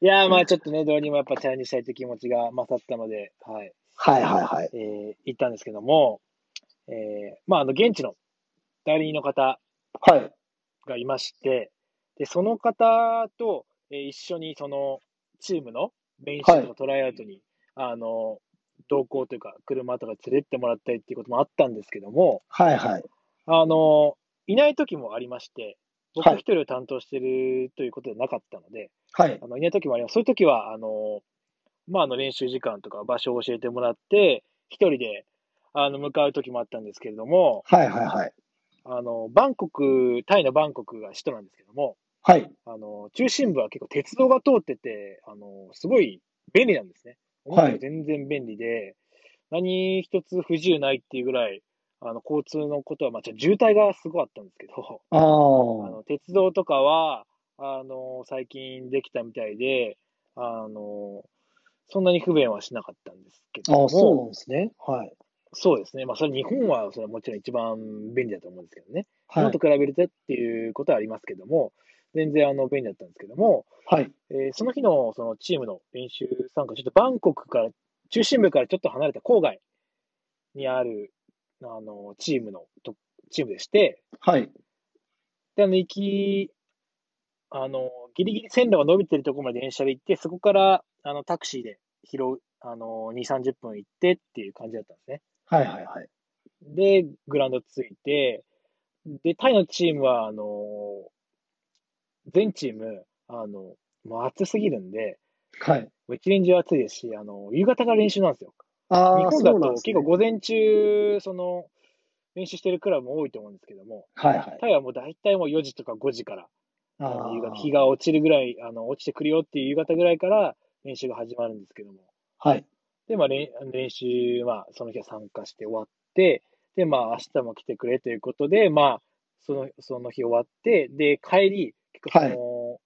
[SPEAKER 2] いやー、まあ、ちょっとね、どうにもやっぱチャレンジしたいという気持ちが勝ったので、はい。
[SPEAKER 1] はい、はい、はい。
[SPEAKER 2] えー行ったんですけども、えーまあ、あの、現地の代理人の方、
[SPEAKER 1] はい。
[SPEAKER 2] がいまして、で、その方と、えー一緒にそのチームの練習
[SPEAKER 1] は
[SPEAKER 2] と
[SPEAKER 1] い
[SPEAKER 2] かトライアウトに、あの、同行というか、車とか連れてってもらったりっていうこともあったんですけども、
[SPEAKER 1] はい、はい。
[SPEAKER 2] あの、いない時もありまして、僕
[SPEAKER 1] はい
[SPEAKER 2] 一人を担当してるということではなかったので、
[SPEAKER 1] はい
[SPEAKER 2] あ。のいない時もあります。そういう時は、あの、まあ、あの練習時間とか場所を教えてもらって、一人で、あの、向かう時もあったんですけれども、
[SPEAKER 1] はい、はい、はい。
[SPEAKER 2] あの、バンコク、タイのバンコクが首都なんですけども、
[SPEAKER 1] はい。
[SPEAKER 2] あの、中心部は結構鉄道が通ってて、あの、すごい便利なんですね。
[SPEAKER 1] はい
[SPEAKER 2] 思ったより全然便利で、何一つ不自由ないっていうぐらい、あの交通のことは、まあ、ちょっと渋滞がすごかったんですけど、
[SPEAKER 3] あ
[SPEAKER 2] あ
[SPEAKER 3] あ。
[SPEAKER 2] の鉄道とかはあの最近できたみたいであの、そんなに不便はしなかったんですけど
[SPEAKER 3] ああ、
[SPEAKER 2] も、
[SPEAKER 3] そうなんですね。はい。
[SPEAKER 2] そうですね、まあ、それ日本はそれはもちろん一番便利だと思うんですけどね、日
[SPEAKER 3] は
[SPEAKER 2] 本
[SPEAKER 3] い
[SPEAKER 2] と。比べるとっていうことはありますけども、全然あの便利だったんですけども、
[SPEAKER 3] はい。
[SPEAKER 2] えーその日のそのチームの練習参加、ちょっとバンコクから、中心部からちょっと離れた郊外にあるあのチームのとチームでして、
[SPEAKER 3] はい。
[SPEAKER 2] で、あの、行き、あの、ギリギリ線路が伸びてるところまで電車で行って、そこから、あの、タクシーで拾う、あの、2、30分行ってっていう感じだったんですね。
[SPEAKER 3] はいはいはい。
[SPEAKER 2] で、グラウンド着いて、で、タイのチームは、あの、全チーム、あの、もう暑すぎるんで、
[SPEAKER 3] はい。
[SPEAKER 2] もう一年中暑いですし、あの、夕方が練習なんですよ。日
[SPEAKER 3] ああ、
[SPEAKER 2] 本だ
[SPEAKER 3] そうな
[SPEAKER 2] と
[SPEAKER 3] んです
[SPEAKER 2] 結
[SPEAKER 3] ね
[SPEAKER 2] 構。午前中、その、練習してるクラブも多いと思うんですけども、
[SPEAKER 3] はいはい。
[SPEAKER 2] タイはもう大体もう4時とか5時から、
[SPEAKER 3] あ
[SPEAKER 2] あの夕方
[SPEAKER 3] あ。
[SPEAKER 2] 日が落ちるぐらい、あの落ちてくるよっていう夕方ぐらいから練習が始まるんですけども。
[SPEAKER 3] はい。
[SPEAKER 2] で、まあ、練練習、まあ、その日は参加して終わって、で、まあ、明日も来てくれということで、まあ、そのその日終わって、で、帰り、結構その、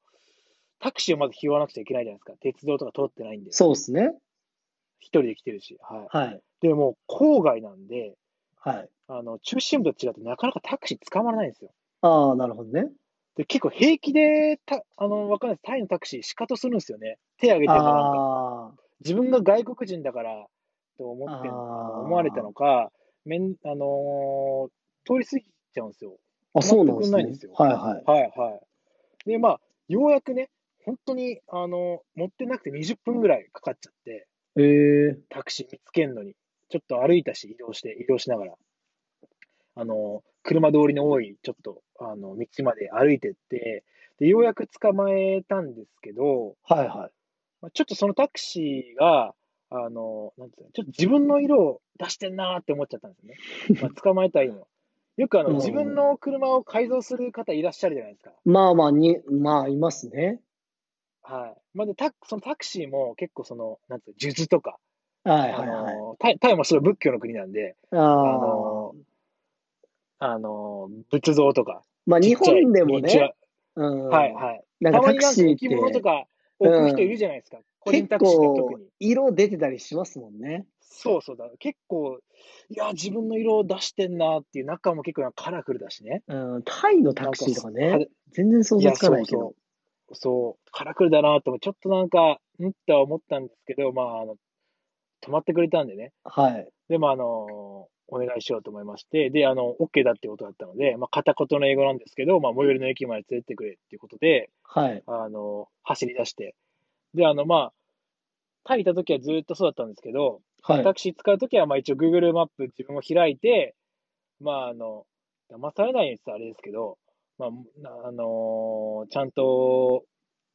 [SPEAKER 2] タクシーをまず拾わなくちゃいけないじゃないですか。鉄道とか通ってないんで、一
[SPEAKER 3] そうですね。
[SPEAKER 2] 人で来てるし。は
[SPEAKER 3] はい。
[SPEAKER 2] い。でも、郊外なんで、
[SPEAKER 3] はい。
[SPEAKER 2] あの中心部と違って、なかなかタクシー捕まらないんですよ。
[SPEAKER 3] ああ、なるほどね。
[SPEAKER 2] で、結構平気でた、あの、わかんないです。タイのタクシー、シカトするんですよね。手挙げてもなん
[SPEAKER 3] あ
[SPEAKER 2] か。自分が外国人だからと思ってん
[SPEAKER 3] あー
[SPEAKER 2] あの思われたのか、めんあのー通り過ぎちゃうんですよ。
[SPEAKER 3] あ。あ、そうなんで
[SPEAKER 2] 全く
[SPEAKER 3] す
[SPEAKER 2] ないんです
[SPEAKER 3] ね
[SPEAKER 2] よ。
[SPEAKER 3] はいはい。
[SPEAKER 2] はいはい。で、まあ、ようやくね、本当に、あの持ってなくて20分ぐらいかかっちゃって、
[SPEAKER 3] ええ。
[SPEAKER 2] タクシー見つけんのに、ちょっと歩いたし、移動して、移動しながら、あの車通りの多い、ちょっと、あの、道まで歩いてって、で、ようやく捕まえたんですけど、
[SPEAKER 3] はいはい。
[SPEAKER 2] まあちょっとそのタクシーが、あの、なんていうの、ちょっと自分の色を出してんなーって思っちゃったんですよ ね。まあ、捕まえたいの。よくあ
[SPEAKER 3] う
[SPEAKER 2] の、
[SPEAKER 3] ん
[SPEAKER 2] 自分の車を改造する方いらっしゃるじゃないですか。
[SPEAKER 3] まあまあ、に、まあ、いますね。
[SPEAKER 2] はい。まあ、で、タクそのタクシーも結構その、なんていうの、数珠とか、
[SPEAKER 3] は
[SPEAKER 2] あ
[SPEAKER 3] いはいはい。
[SPEAKER 2] の、タイタイもすごい仏教の国なんで、
[SPEAKER 3] あ
[SPEAKER 2] あ
[SPEAKER 3] あ。
[SPEAKER 2] の、あの、仏像とか、
[SPEAKER 3] まあ、
[SPEAKER 2] ち
[SPEAKER 3] 日
[SPEAKER 2] っちゃい
[SPEAKER 3] 本でも
[SPEAKER 2] ミニチュ
[SPEAKER 3] ね、うん。
[SPEAKER 2] アはいはい。
[SPEAKER 3] なん
[SPEAKER 2] た
[SPEAKER 3] かタク
[SPEAKER 2] まになんか
[SPEAKER 3] シーっ
[SPEAKER 2] 置
[SPEAKER 3] て
[SPEAKER 2] 物とか置く人
[SPEAKER 3] うん
[SPEAKER 2] いるじゃないですか。個人
[SPEAKER 3] 結
[SPEAKER 2] タクシーが特
[SPEAKER 3] 構
[SPEAKER 2] に。
[SPEAKER 3] 色出てたりしますもんね。
[SPEAKER 2] そうそうだ、結構、いや、自分の色を出してんなっていう、中も結構カラフルだしね。
[SPEAKER 3] うん、タイのタクシーとか
[SPEAKER 2] なん
[SPEAKER 3] ね
[SPEAKER 2] か、
[SPEAKER 3] 全然想
[SPEAKER 2] い
[SPEAKER 3] 像
[SPEAKER 2] や、
[SPEAKER 3] つか
[SPEAKER 2] そ
[SPEAKER 3] な
[SPEAKER 2] う
[SPEAKER 3] いけ
[SPEAKER 2] そ
[SPEAKER 3] ど。
[SPEAKER 2] う、そう、カラフルだなと思って、ちょっとなんか、んって思ったんですけど、まあ、あの止まってくれたんでね、
[SPEAKER 3] はい。
[SPEAKER 2] で、まあ、あの、お願いしようと思いまして、で、あの、OK だってことだったので、まあ、片言の英語なんですけど、まあ、最寄りの駅まで連れてってくれっていうことで、
[SPEAKER 3] はい。
[SPEAKER 2] あの、走り出して、で、あの、まあ、タイいた時はずっとそうだったんですけど、
[SPEAKER 3] はい。
[SPEAKER 2] タクシー使うときは、まあ一応 Google マップ自分を開いて、まああの、騙されないようにって言ったらあれですけど、まあ、なあのーちゃんと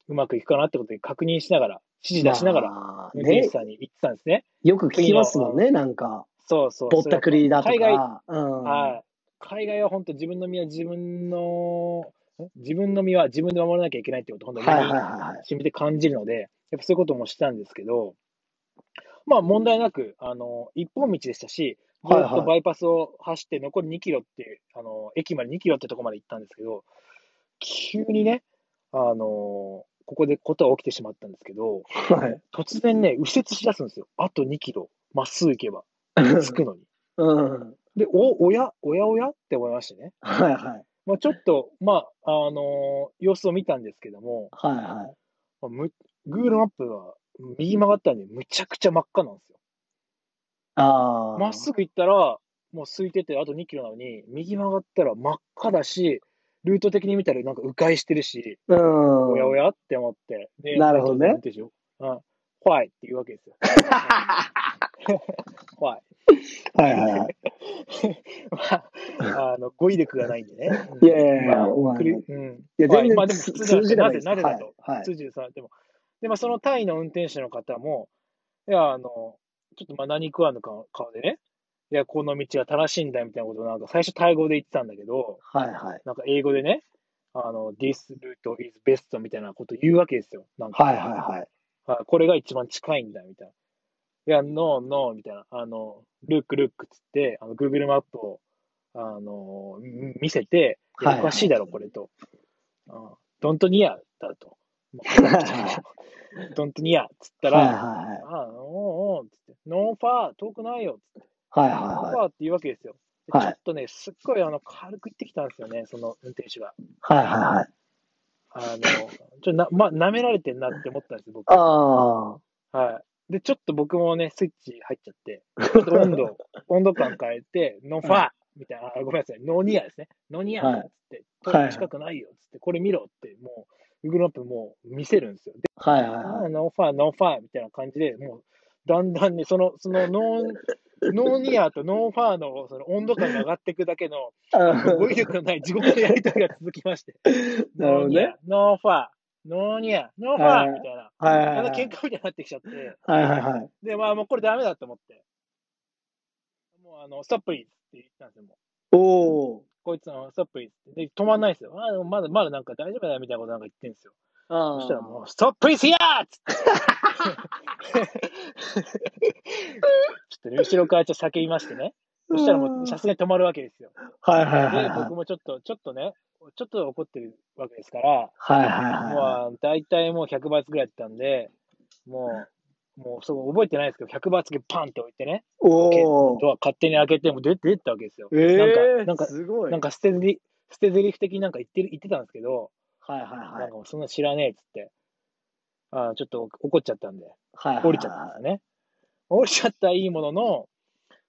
[SPEAKER 2] うまくいくかなってことで確認しながら、指示出しながら、
[SPEAKER 3] まあ
[SPEAKER 2] 運転手
[SPEAKER 3] ね、
[SPEAKER 2] さんに行ってたんですね。
[SPEAKER 3] よく聞きますもんね、なんか、
[SPEAKER 2] そうそう。
[SPEAKER 3] ぼったくりだと
[SPEAKER 2] 海外、
[SPEAKER 3] か。うん。
[SPEAKER 2] はい。海外は本当自分の身は自分の、ん自分の身は自分で守らなきゃいけないってことを本当
[SPEAKER 3] はい
[SPEAKER 2] に
[SPEAKER 3] はいはい。
[SPEAKER 2] 染みて感じるので、やっぱそういうこともしたんですけど、まあ問題なく、あの、一本道でしたし、ず
[SPEAKER 3] はいはい
[SPEAKER 2] っとバイパスを走って、残り2キロっていう、あの、駅まで2キロってとこまで行ったんですけど、急にね、あの、ここでことは起きてしまったんですけど、
[SPEAKER 3] はい。
[SPEAKER 2] 突然ね、右折しだすんですよ。あと2キロ、まっすぐ行けば、着くのに。
[SPEAKER 3] うん。
[SPEAKER 2] で、お、おや、おやおやって思いましてね。
[SPEAKER 3] はいはい。
[SPEAKER 2] まあちょっと、まあ、あの様子を見たんですけども、
[SPEAKER 3] はいはい。
[SPEAKER 2] まあむ、Google マップは右曲がったんで、むちゃくちゃ真っ赤なんですよ。
[SPEAKER 3] ああ。
[SPEAKER 2] まっすぐ行ったら、もう空いてて、あと2キロなのに、右曲がったら真っ赤だし、ルート的に見たらなんか迂回してるし、
[SPEAKER 3] うん。
[SPEAKER 2] おやおやって思って。で
[SPEAKER 3] なるほどね
[SPEAKER 2] まあ当然運転手うん。怖いって言うわけ ですよ。怖い。
[SPEAKER 3] はいはいはい。
[SPEAKER 2] まあ、あの、語彙力がないんでね。
[SPEAKER 3] いやいやいや
[SPEAKER 2] まあ
[SPEAKER 3] まあ
[SPEAKER 2] くりうん。
[SPEAKER 3] いや、
[SPEAKER 2] 怖
[SPEAKER 3] 全
[SPEAKER 2] まあ
[SPEAKER 3] 然
[SPEAKER 2] で
[SPEAKER 3] つ
[SPEAKER 2] も普通
[SPEAKER 3] 通じ
[SPEAKER 2] じゃな
[SPEAKER 3] ないい
[SPEAKER 2] で。
[SPEAKER 3] ですす。
[SPEAKER 2] なぜ
[SPEAKER 3] は
[SPEAKER 2] ないぜだと。
[SPEAKER 3] はい。
[SPEAKER 2] 通じるさ、でも。で、まあ、そのタイの運転手の方も、いや、あの、ちょっとまあ何食わぬ顔顔でね、いや、この道は正しいんだみたいなことをなんか最初タイ語で言ってたんだけど、
[SPEAKER 3] はいはい。
[SPEAKER 2] なんか英語でね、あの、this route is best みたいなこと言うわけですよ。なんか、
[SPEAKER 3] はいはいはい。
[SPEAKER 2] あこれが一番近いんだみたいいや、ノー、ノー、みたいな。あの、ルック、ルックっつって、あの、Google マップを、あの、み見せて、いや
[SPEAKER 3] はい
[SPEAKER 2] おかしいだろ、これと。ドントニアだと。 ドントニアっつった
[SPEAKER 3] はい
[SPEAKER 2] ら、
[SPEAKER 3] はい
[SPEAKER 2] ああ、おうおうっつって、ノーファー、遠くないよ、つって、
[SPEAKER 3] はい。はい
[SPEAKER 2] ノー
[SPEAKER 3] はい
[SPEAKER 2] ファ
[SPEAKER 3] はい。
[SPEAKER 2] ーって言うわけですよ。で
[SPEAKER 3] はい
[SPEAKER 2] ちょっとね、すっごいあの軽く言ってきたんですよね、その運転手が。
[SPEAKER 3] はいはいはい。
[SPEAKER 2] あの、ちょな、ま、舐められてんなって思ったんですよ、僕。
[SPEAKER 3] ああ。
[SPEAKER 2] はい。で、ちょっと僕もね、スイッチ入っち ゃって、ちょっと温度、温度感変えて、ノーファーみたいな、あごめんなさい、ノーニアですね。ノーニア
[SPEAKER 3] はい
[SPEAKER 2] っつって、
[SPEAKER 3] はい
[SPEAKER 2] 近くないよっつって、これ見ろって、もう、Google マップもう見せるんですよ。で、
[SPEAKER 3] はいはい
[SPEAKER 2] あ
[SPEAKER 3] は
[SPEAKER 2] ー
[SPEAKER 3] い。
[SPEAKER 2] ノーファー、ノーファーみたいな感じで、もう、だんだんね、その、そのノー、ノーニアとノーファーのその温度感が上がっていくだけの、語彙力のない地獄のやりとりが続きまして、
[SPEAKER 3] なるほ
[SPEAKER 2] ノー
[SPEAKER 3] ど
[SPEAKER 2] ニ
[SPEAKER 3] ね
[SPEAKER 2] ア、。ノーファー、ノーニア、ノーファ
[SPEAKER 3] はい
[SPEAKER 2] ーみたいな、
[SPEAKER 3] はいはい
[SPEAKER 2] ま
[SPEAKER 3] は
[SPEAKER 2] た喧
[SPEAKER 3] い。
[SPEAKER 2] 嘩みたいになってきちゃって、
[SPEAKER 3] はいはいはい。
[SPEAKER 2] で、まあ、もうこれダメだと思って。もう、あの、ストップイズって言ったんですよ、もう。
[SPEAKER 3] おお。
[SPEAKER 2] こいつのストップイズって。で、止まんないんですよ。あでもまだ、まだなんか大丈夫だよみたいなことなんか言ってんですよ。
[SPEAKER 3] あ
[SPEAKER 2] そ
[SPEAKER 3] あ
[SPEAKER 2] したらもう、ストップイズやーっつって。 ちょっとね、後ろからちょっと叫びましてね。そしたらもう、さすがに止まるわけですよ。
[SPEAKER 3] はいはいはい
[SPEAKER 2] で、
[SPEAKER 3] はい
[SPEAKER 2] 僕。もちょっと、ちょっとね、ちょっと怒ってるわけですから、
[SPEAKER 3] はいはいはい。
[SPEAKER 2] もう、大体もう100バーツぐらいやってたんで、もう、もう、そう覚えてないですけど、100バーツでパンって置いてね。
[SPEAKER 3] おお。
[SPEAKER 2] ドア勝手に開けて、もう出て出てったわけですよ。
[SPEAKER 3] ええ
[SPEAKER 2] なんか
[SPEAKER 3] すごい。
[SPEAKER 2] なんか捨てずり、捨て台詞的になんか言ってる、言ってたんですけど、
[SPEAKER 3] はいはいは
[SPEAKER 2] なん
[SPEAKER 3] い
[SPEAKER 2] か。もうそんな知らねえっつって、あーちょっと怒っちゃったんで、
[SPEAKER 3] はいはい。
[SPEAKER 2] 降りちゃったんですよね。降りちゃったいいものの、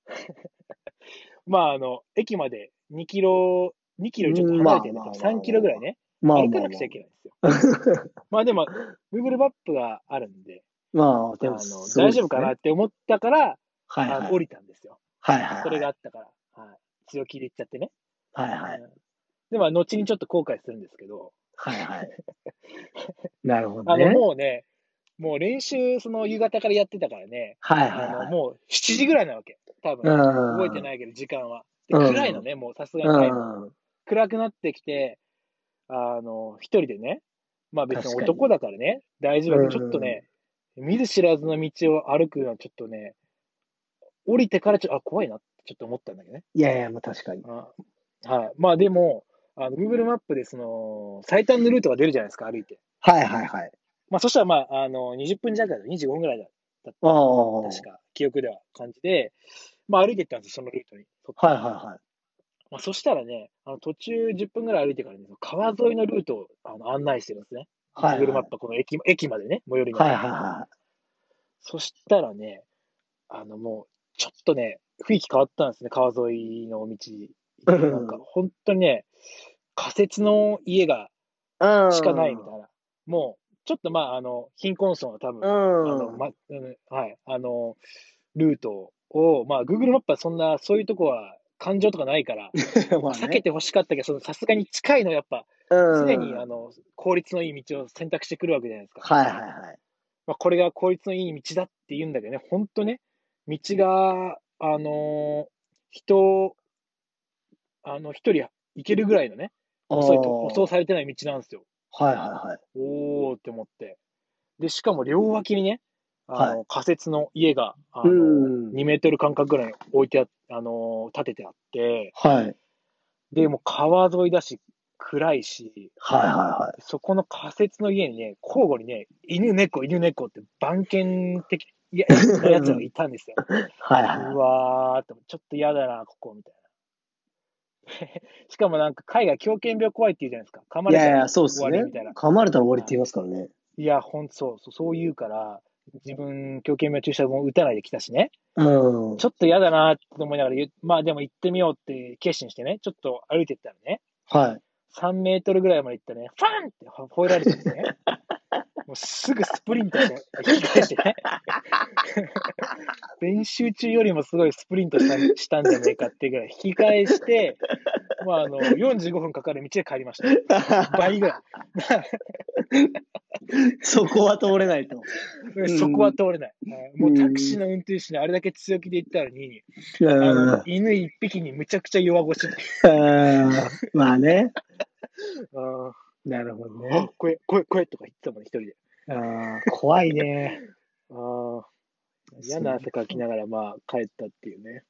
[SPEAKER 2] まああの、駅まで2キロ、2キロちょっと離れてる
[SPEAKER 3] まあま
[SPEAKER 2] の
[SPEAKER 3] あ
[SPEAKER 2] か、
[SPEAKER 3] まあまあ
[SPEAKER 2] 3キロぐらいね、
[SPEAKER 3] まあ
[SPEAKER 2] 歩
[SPEAKER 3] ま
[SPEAKER 2] か
[SPEAKER 3] あ
[SPEAKER 2] なくちゃいけないんですよ。 まあでも、Google マップがあるんで、
[SPEAKER 3] まあ、
[SPEAKER 2] あ
[SPEAKER 3] で
[SPEAKER 2] の
[SPEAKER 3] も、
[SPEAKER 2] 大丈夫かなって思ったから、
[SPEAKER 3] は
[SPEAKER 2] あ
[SPEAKER 3] い
[SPEAKER 2] の
[SPEAKER 3] はい。
[SPEAKER 2] 降りたんですよ。
[SPEAKER 3] はいはい。
[SPEAKER 2] それがあったから、はい、一度切り入っちゃってね。
[SPEAKER 3] はいはい。
[SPEAKER 2] うんでも、後にちょっと後悔するんですけど、
[SPEAKER 3] はいはい。なるほど
[SPEAKER 2] あの、
[SPEAKER 3] ね。
[SPEAKER 2] もうね、もう練習、その夕方からやってたからね、
[SPEAKER 3] はいは
[SPEAKER 2] あ
[SPEAKER 3] い
[SPEAKER 2] の、
[SPEAKER 3] はい。
[SPEAKER 2] もう7時ぐらいなわけ。多分、覚
[SPEAKER 3] 覚
[SPEAKER 2] えて
[SPEAKER 3] い。
[SPEAKER 2] ないけど、時間は。で、
[SPEAKER 3] うん
[SPEAKER 2] 暗いのね、もうさすが
[SPEAKER 3] う
[SPEAKER 2] にタイム。
[SPEAKER 3] ん。
[SPEAKER 2] 暗くなってきて、あの、一人でね、まあ別に
[SPEAKER 3] 確かに
[SPEAKER 2] 男だからね、大丈夫だけ
[SPEAKER 3] う
[SPEAKER 2] ど、
[SPEAKER 3] ん
[SPEAKER 2] ちょっとね、見ず知らずの道を歩くのはちょっとね、降りてからちょっと、あ、怖いなってちょっと思ったんだけどね。
[SPEAKER 3] いやいや、まあ確かに。
[SPEAKER 2] あはい。まあでも、あの Google マップでその最短のルートが出るじゃないですか、歩いて。
[SPEAKER 3] はいはいはい。
[SPEAKER 2] まあそしたら、まあ、あの、20分弱だ、25分ぐらいだ、
[SPEAKER 3] ああ。
[SPEAKER 2] 確か、記憶では感じで、まあ歩いてったんですよ、そのルートに。
[SPEAKER 3] はいはいはい。
[SPEAKER 2] まあそしたらね、あの途中10分ぐらい歩いてからね、川沿いのルートをあの案内してるんですね。
[SPEAKER 3] はいはい
[SPEAKER 2] Google マップはこの駅駅までね、最寄りの。
[SPEAKER 3] はいはいは
[SPEAKER 2] そしたらね、あのもう、ちょっとね、雰囲気変わったんですね、川沿いの道。
[SPEAKER 3] うん
[SPEAKER 2] なんか、本当にね、仮設の家が、
[SPEAKER 3] い。うん。
[SPEAKER 2] しかないみたいな。もう、ちょっとまあ、あの、貧困層の多分、あの、
[SPEAKER 3] う
[SPEAKER 2] ま、うんはい、あの、ルートを、まあ、Google マップはそんな、そういうとこは、感情とかないから、
[SPEAKER 3] ん。まあ
[SPEAKER 2] 避け
[SPEAKER 3] ね。
[SPEAKER 2] てほしかったけど、そのさすがに近いの、やっぱ、
[SPEAKER 3] うん。
[SPEAKER 2] 常に、あの、効率のいい道を選択してくるわけじゃないですか。
[SPEAKER 3] はいはいはい。
[SPEAKER 2] まあ、これが効率のいい道だって言うんだけどね、本当ね、道が、あの、人、あの、一人行けるぐらいのね、細いと、舗装
[SPEAKER 3] は
[SPEAKER 2] されてない道なんですよ。
[SPEAKER 3] いはいはい。
[SPEAKER 2] おーって思って。で、しかも両脇にね、あの、仮設の家が、あの、
[SPEAKER 3] うん
[SPEAKER 2] 2メートル間隔ぐらいに置いてああの、建ててあって、
[SPEAKER 3] はい。はい
[SPEAKER 2] で、もう川沿いだし、暗いし、
[SPEAKER 3] はいは
[SPEAKER 2] そこの仮設の家にね、交互にね、犬猫、犬猫って番犬的、いや、なやつがいた んですよ。
[SPEAKER 3] い。はいは
[SPEAKER 2] う
[SPEAKER 3] い。
[SPEAKER 2] わーって、ちょっと嫌だな、 ここ、みたいな。しかもなんか、海外狂犬病怖いって言うじゃないですか。噛ま
[SPEAKER 3] い
[SPEAKER 2] れた
[SPEAKER 3] やい
[SPEAKER 2] ら
[SPEAKER 3] や、そうっ
[SPEAKER 2] 終
[SPEAKER 3] す
[SPEAKER 2] わ
[SPEAKER 3] ね
[SPEAKER 2] りみたいな。。
[SPEAKER 3] 噛まれたら終わりって言いますからね。
[SPEAKER 2] いや、ほんとそう、そう、そう言うから、自分、狂犬病注射も打たないで来たしね、
[SPEAKER 3] うん。
[SPEAKER 2] ちょっと嫌だなって思いながら言う、まあでも行ってみようって決心してね、ちょっと歩いてったらね、
[SPEAKER 3] はい。
[SPEAKER 2] 3メートルぐらいまで行ったらね、ファンってほ吠えられちゃってね、もうすぐスプリントして、引き返してね、練習中よりもすごいスプリントしたしたんじゃねえかっていうぐらい引き返して、まああの、45分かかる道で帰りました。倍ぐらい。
[SPEAKER 3] そこは通れない と。ん
[SPEAKER 2] そこは通れない。はいもうタクシーの運転手にあれだけ強気で言ったのに、
[SPEAKER 3] う
[SPEAKER 2] あの
[SPEAKER 3] ん。
[SPEAKER 2] 犬一匹にむちゃくちゃ弱腰。
[SPEAKER 3] まあね。
[SPEAKER 2] あ
[SPEAKER 3] なるほど
[SPEAKER 2] ー
[SPEAKER 3] ね。
[SPEAKER 2] 声、声、声とか言ってたもんね、一人で。
[SPEAKER 3] あー怖いね。
[SPEAKER 2] あー嫌な汗かきながら、まあ、帰ったっていうね、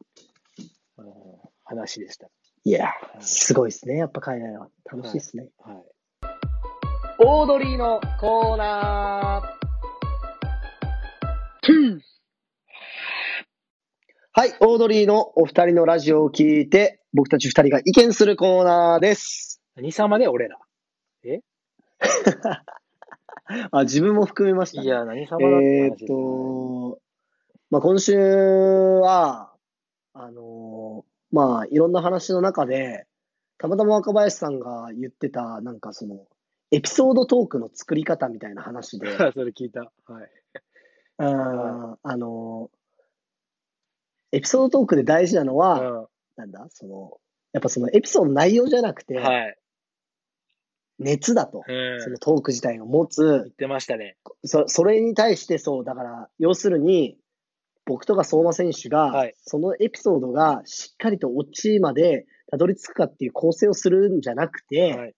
[SPEAKER 2] あの話でした。
[SPEAKER 1] いや、すごいですね。やっぱ海外は。楽しいですね。
[SPEAKER 2] はい。
[SPEAKER 4] オードリーのコーナー。はい、オードリーのお二人のラジオを聞いて、僕たち二人が意見するコーナーです。
[SPEAKER 2] 何様で俺ら。
[SPEAKER 1] あ、自分も含めました、
[SPEAKER 2] い
[SPEAKER 1] ね。
[SPEAKER 2] や、何様だって
[SPEAKER 1] え
[SPEAKER 2] 話
[SPEAKER 1] ーっ
[SPEAKER 2] ですよね。
[SPEAKER 1] と、まあ、今週は、あのーまあ、いろんな話の中で、たまたま若林さんが言ってた、なんかその、エピソードトークの作り方みたいな話 で、
[SPEAKER 2] それ聞いた。はい。
[SPEAKER 1] あーあのーエピソードトークで大事なのは、なんだ、その、やっぱそのエピソードの内容じゃなくて、
[SPEAKER 2] うんはい。
[SPEAKER 1] 熱だと、
[SPEAKER 2] うん
[SPEAKER 1] そのトーク自体が持つ
[SPEAKER 2] 言ってましたね。
[SPEAKER 1] そそれに対してそう、だから、要するに、僕とか相馬選手が、
[SPEAKER 2] はい
[SPEAKER 1] そのエピソードがしっかりとオチまでたどり着くかっていう構成をするんじゃなくて、
[SPEAKER 2] はい。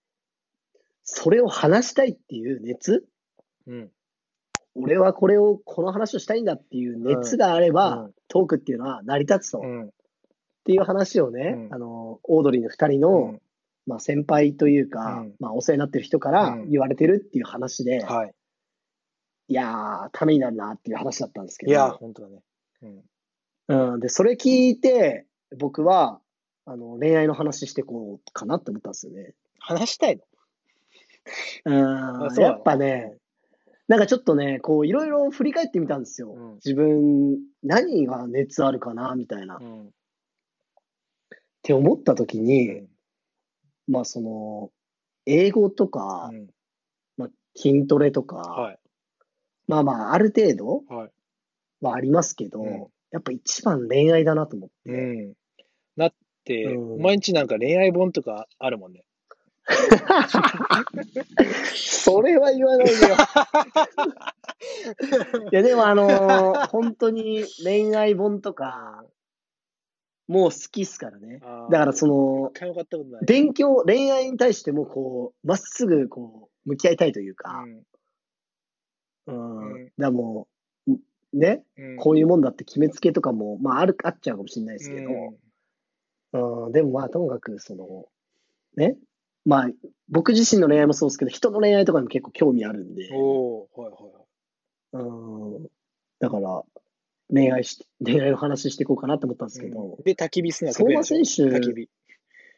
[SPEAKER 1] それを話したいっていう熱、
[SPEAKER 2] うん。
[SPEAKER 1] 俺はこれを、この話をしたいんだっていう熱があれば、トークっていうのは成り立つと、
[SPEAKER 2] う
[SPEAKER 1] っ
[SPEAKER 2] ん。うん
[SPEAKER 1] ていう話をね、
[SPEAKER 2] うん
[SPEAKER 1] あの、オードリーの二人の、
[SPEAKER 2] うん
[SPEAKER 1] まあ、先輩というか、
[SPEAKER 2] うん
[SPEAKER 1] まあ、お世話になってる人から
[SPEAKER 2] うん
[SPEAKER 1] 言われてるっていう話で、
[SPEAKER 2] はい。
[SPEAKER 1] いやー、ためになるなっていう話だったんですけど。
[SPEAKER 2] いや、本当だね。うん。
[SPEAKER 1] うん、で、それ聞いて、僕は、あの、恋愛の話してこうかなって思ったんですよね。
[SPEAKER 2] 話したいの
[SPEAKER 1] うん、
[SPEAKER 2] そうなの
[SPEAKER 1] やっぱね、なんかちょっとね、こう、いろいろ振り返ってみたんですよ。
[SPEAKER 2] うん
[SPEAKER 1] 自分、何が熱あるかな、みたいな。っ
[SPEAKER 2] うん。
[SPEAKER 1] て思った時に、
[SPEAKER 2] うん
[SPEAKER 1] まあ、その、英語とか、
[SPEAKER 2] うん
[SPEAKER 1] まあ、筋トレとか、
[SPEAKER 2] はい。
[SPEAKER 1] まあまあ、ある程度
[SPEAKER 2] はい。
[SPEAKER 1] はありますけど、
[SPEAKER 2] うん
[SPEAKER 1] やっぱ一番恋愛だなと思って。
[SPEAKER 2] うん。だって、
[SPEAKER 1] うん
[SPEAKER 2] 毎日なんか恋愛本とかあるもんね。
[SPEAKER 1] それは言わないでよ。 いや、でもあの ー本当に恋愛本とか、もう好きっすからね。
[SPEAKER 2] あー
[SPEAKER 1] だからその
[SPEAKER 2] 一、回も買ったことない。
[SPEAKER 1] 勉強、恋愛に対してもこう、まっすぐこう、向き合いたいというか、うん。
[SPEAKER 2] うん
[SPEAKER 1] だからもう、ね、
[SPEAKER 2] うん。
[SPEAKER 1] こ
[SPEAKER 2] いう
[SPEAKER 1] いうもんだって決めつけとかも、まあ、ある、あっちゃうかもしれないですけど、うん、でもまあ、ともかく、その、ね、まあ、僕自身の恋愛もそうですけど、人の恋愛とかにも結構興味あるんで、
[SPEAKER 2] おおはいはいはい。
[SPEAKER 1] うん、だから、恋愛し、恋愛の話していこうかなと思ったんですけど、
[SPEAKER 2] で、焚き火するのは
[SPEAKER 1] 相
[SPEAKER 2] 得意
[SPEAKER 1] 馬
[SPEAKER 2] でしょ
[SPEAKER 1] 選手、
[SPEAKER 2] 焚き火。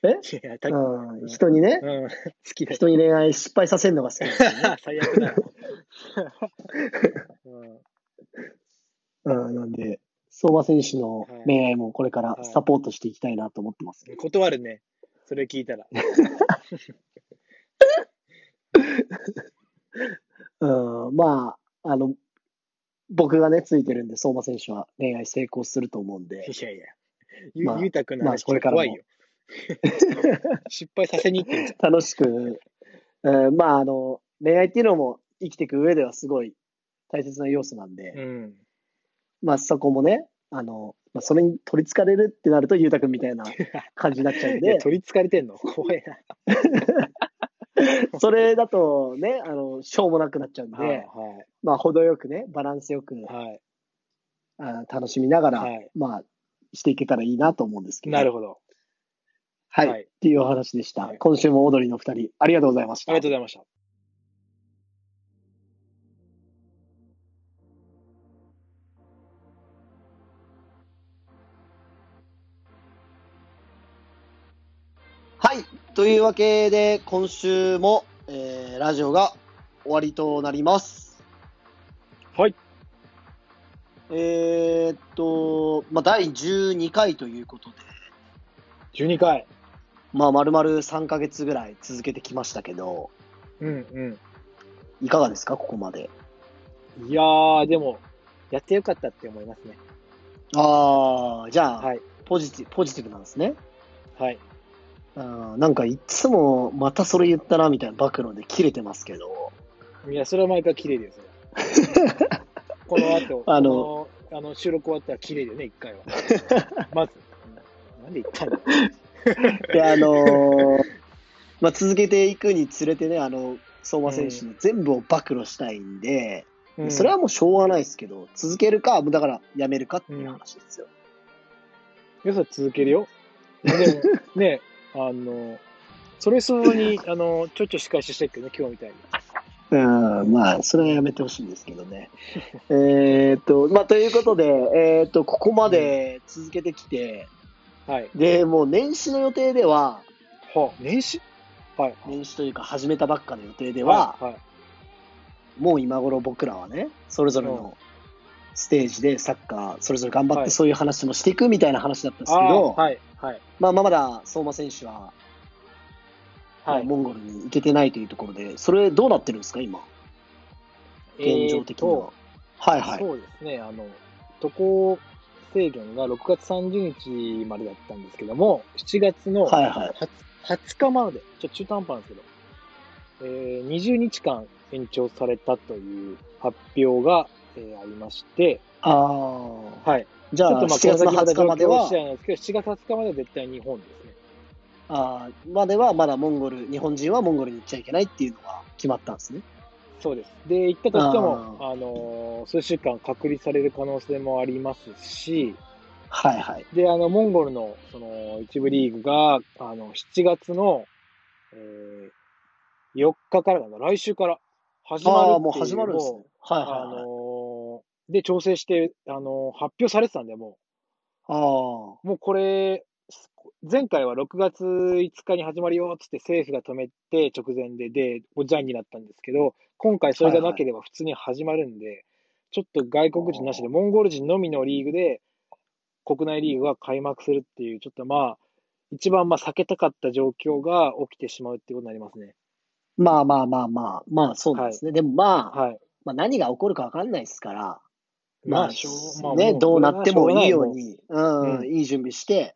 [SPEAKER 1] え
[SPEAKER 2] いや、焚き
[SPEAKER 1] うん、人にね、
[SPEAKER 2] うん。好きだよ。
[SPEAKER 1] 人に恋愛失敗させるのが好きなんですよね。
[SPEAKER 2] 最悪だよ。うん
[SPEAKER 1] うん、なんで、相馬選手の恋愛もこれから
[SPEAKER 2] はい
[SPEAKER 1] サポートしていきたいなと思ってます。
[SPEAKER 2] 断るね。それ聞いたら。
[SPEAKER 1] うん、まあ、あの、僕がね、ついてるんで、相馬選手は恋愛成功すると思うん で、
[SPEAKER 2] いやいや。ゆ,、
[SPEAKER 1] まあ
[SPEAKER 2] ゆうたくんの
[SPEAKER 1] まあ
[SPEAKER 2] 話、
[SPEAKER 1] これからも
[SPEAKER 2] 怖 いよ。失敗させに行ってんじ
[SPEAKER 1] 楽しく、うん、まあ、あの、恋愛っていうのも生きていく上ではすごい大切な要素なんで、
[SPEAKER 2] ゃん。うん。
[SPEAKER 1] まあそこもね、あの、まあ、それに取りつかれるってなると、ゆうたくんみた いな感じになっちゃうん
[SPEAKER 2] いや
[SPEAKER 1] で、
[SPEAKER 2] 取りつかれてんの怖いな。
[SPEAKER 1] それだとね、あの、しょうもなくなっちゃうんで、
[SPEAKER 2] はい
[SPEAKER 1] まあ程よくね、バランスよく、
[SPEAKER 2] はいはい。
[SPEAKER 1] あ楽しみながら、
[SPEAKER 2] はい
[SPEAKER 1] まあ、していけたらいいなと思うんですけど。
[SPEAKER 2] なるほど。
[SPEAKER 1] はい。
[SPEAKER 2] はい
[SPEAKER 1] っていうお話でした。
[SPEAKER 2] はい
[SPEAKER 1] 今週もオードリーのお二人、ありがとうございまし
[SPEAKER 2] あ
[SPEAKER 1] た
[SPEAKER 2] りが。とうございました。
[SPEAKER 4] はい、というわけで、今週も、えーラジオが終わりとなります。
[SPEAKER 2] はい。
[SPEAKER 4] えーっと、まあ、第12回ということで、
[SPEAKER 2] 12回。
[SPEAKER 4] まあ、丸々3ヶ月ぐらい続けてきましたけど、
[SPEAKER 2] うん
[SPEAKER 4] いかがですか、ここまで。
[SPEAKER 2] うん。いやー、でも、やってよかったって思いますね。
[SPEAKER 4] ああ、じゃあ、
[SPEAKER 2] はい。
[SPEAKER 1] ポジティブ、ポジティブなんですね。
[SPEAKER 2] はい。
[SPEAKER 1] あーなんかいつもまたそれ言ったなみたいな暴露で切れてますけど、
[SPEAKER 2] いや、それは毎回綺麗です よ。この後、
[SPEAKER 1] あの
[SPEAKER 2] このあの収録終わったら綺麗だよね、一 回は。まず。なんで言ったんだ
[SPEAKER 1] で、あのーまあ、続けていくにつれてね、あの、相馬選手の全部を暴露したいんで、
[SPEAKER 2] うん
[SPEAKER 1] それはもうしょうがないですけど、続けるか、もうだからやめるかっていう話ですよ。
[SPEAKER 2] よそ続けるよ。でもね、あの、それ相応に、あの、ちょっちょ仕返ししてるけどね、今日みたいに。
[SPEAKER 1] うん、まあ、それはやめてほしいんですけどね。 えーっと、まあ、ということで、えーっと、ここまで続けてきて、
[SPEAKER 2] はい。
[SPEAKER 1] で、もう年始の予定では、
[SPEAKER 2] はあ、年始はい。
[SPEAKER 1] 年始というか始めたばっかの予定では、
[SPEAKER 2] はい、はい
[SPEAKER 1] もう今頃僕らはね、それぞれのステージでサッカー、それぞれ頑張っ
[SPEAKER 2] は
[SPEAKER 1] て
[SPEAKER 2] い
[SPEAKER 1] そういう話もしていくみたいな話だったんですけ
[SPEAKER 2] あ
[SPEAKER 1] ど、
[SPEAKER 2] ーはい。はい。
[SPEAKER 1] まあ、まあまだ相馬選手は、
[SPEAKER 2] は
[SPEAKER 1] まあモンゴルに行けてないというところで、それどうなってるんですか、今、
[SPEAKER 2] い。
[SPEAKER 1] 現状的に
[SPEAKER 2] えー
[SPEAKER 1] は。
[SPEAKER 2] と
[SPEAKER 1] はいはい。
[SPEAKER 2] そうですね、あの、渡航制限が6月30日までだったんですけども、7月の
[SPEAKER 1] はいはい。
[SPEAKER 2] 20 20日まで、ちょっと中途半端なんですけど、えー20日間延長されたという発表が、えーありまして、
[SPEAKER 1] ああ。
[SPEAKER 2] はい。
[SPEAKER 1] じゃ
[SPEAKER 2] ちょっ
[SPEAKER 1] あ、
[SPEAKER 2] と
[SPEAKER 1] 7
[SPEAKER 2] まあ、
[SPEAKER 1] 月の20日までは
[SPEAKER 2] 試、合なんですけど、7月20日までは絶対日本ですね。
[SPEAKER 1] あーまではまだモンゴル、日本人はモンゴルに行っちゃいけないっていうのが決まったんですね。
[SPEAKER 2] そうです。で、行ったとしても、あのー数週間隔離される可能性もありますし、
[SPEAKER 1] はいはい。
[SPEAKER 2] で、あの、モンゴルの、その、一部リーグが、あの、7月の、えー4日からかな、来週から始まるって
[SPEAKER 1] あ
[SPEAKER 2] いう
[SPEAKER 1] あ、もう始まるんです
[SPEAKER 2] の
[SPEAKER 1] ね
[SPEAKER 2] を。
[SPEAKER 1] はいは
[SPEAKER 2] あ
[SPEAKER 1] いはい。
[SPEAKER 2] のーで、調整して、あのー発表されてたんで、も
[SPEAKER 1] あー
[SPEAKER 2] う、もうこれ、前回は6月5日に始まるよっつって政府が止めて直前で、で、おじゃんになったんですけど、今回それがなければ普通に始まるんで、ちょっと外国人なしで、
[SPEAKER 1] あ
[SPEAKER 2] モンゴル人のみのリーグで、国内リーグが開幕するっていう、ちょっとまあ、一番まあ避けたかった状況が起きてしまうっていうことになりますね。
[SPEAKER 1] まあまあまあまあ、まあそうなんですね。でもまあ、
[SPEAKER 2] はい。
[SPEAKER 1] まあ、何が起こるか分かんないですから、まあ、
[SPEAKER 2] しょう
[SPEAKER 1] ね、
[SPEAKER 2] も
[SPEAKER 1] どうなってもいいよう。
[SPEAKER 2] これはしょがなも
[SPEAKER 1] に、うん、
[SPEAKER 2] うん
[SPEAKER 1] いい準備して、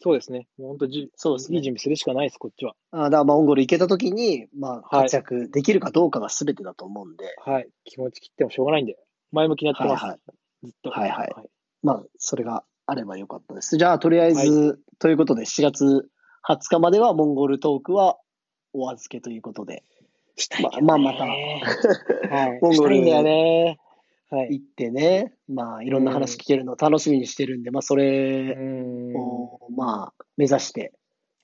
[SPEAKER 2] そうですね。もう本当じ、
[SPEAKER 1] そうです
[SPEAKER 2] いい
[SPEAKER 1] ね。
[SPEAKER 2] 準備するしかないです、こっちは。
[SPEAKER 1] あーだからまあ、モンゴル行けた時に、まあ、
[SPEAKER 2] はい
[SPEAKER 1] 活躍できるかどうかが全てだと思うんで、
[SPEAKER 2] はい。気持ち切ってもしょうがないんで、前向きにやって
[SPEAKER 1] はい
[SPEAKER 2] ます。
[SPEAKER 1] はい。
[SPEAKER 2] ずっと。
[SPEAKER 1] はいはいまあ、それがあればよかったです。じゃあ、とりあえず、ということで、7月20日まではモンゴルトークはお預けということで、
[SPEAKER 2] したいけどね
[SPEAKER 1] まあまあま た
[SPEAKER 2] はい。
[SPEAKER 1] モンゴル
[SPEAKER 2] したいんだよね。はい。
[SPEAKER 1] 行ってね、まあ、いろんな話聞けるのを楽しみにしてるんで、まあ、それ
[SPEAKER 2] う
[SPEAKER 1] を、まあ、目指して、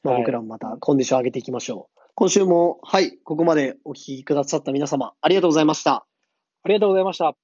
[SPEAKER 1] まあ、
[SPEAKER 2] はい
[SPEAKER 1] 僕らもまたコンディション上げていきましょう。今週も、はい、ここまでお聞きくださった皆様、ありがとうございました。
[SPEAKER 2] ありがとうございました。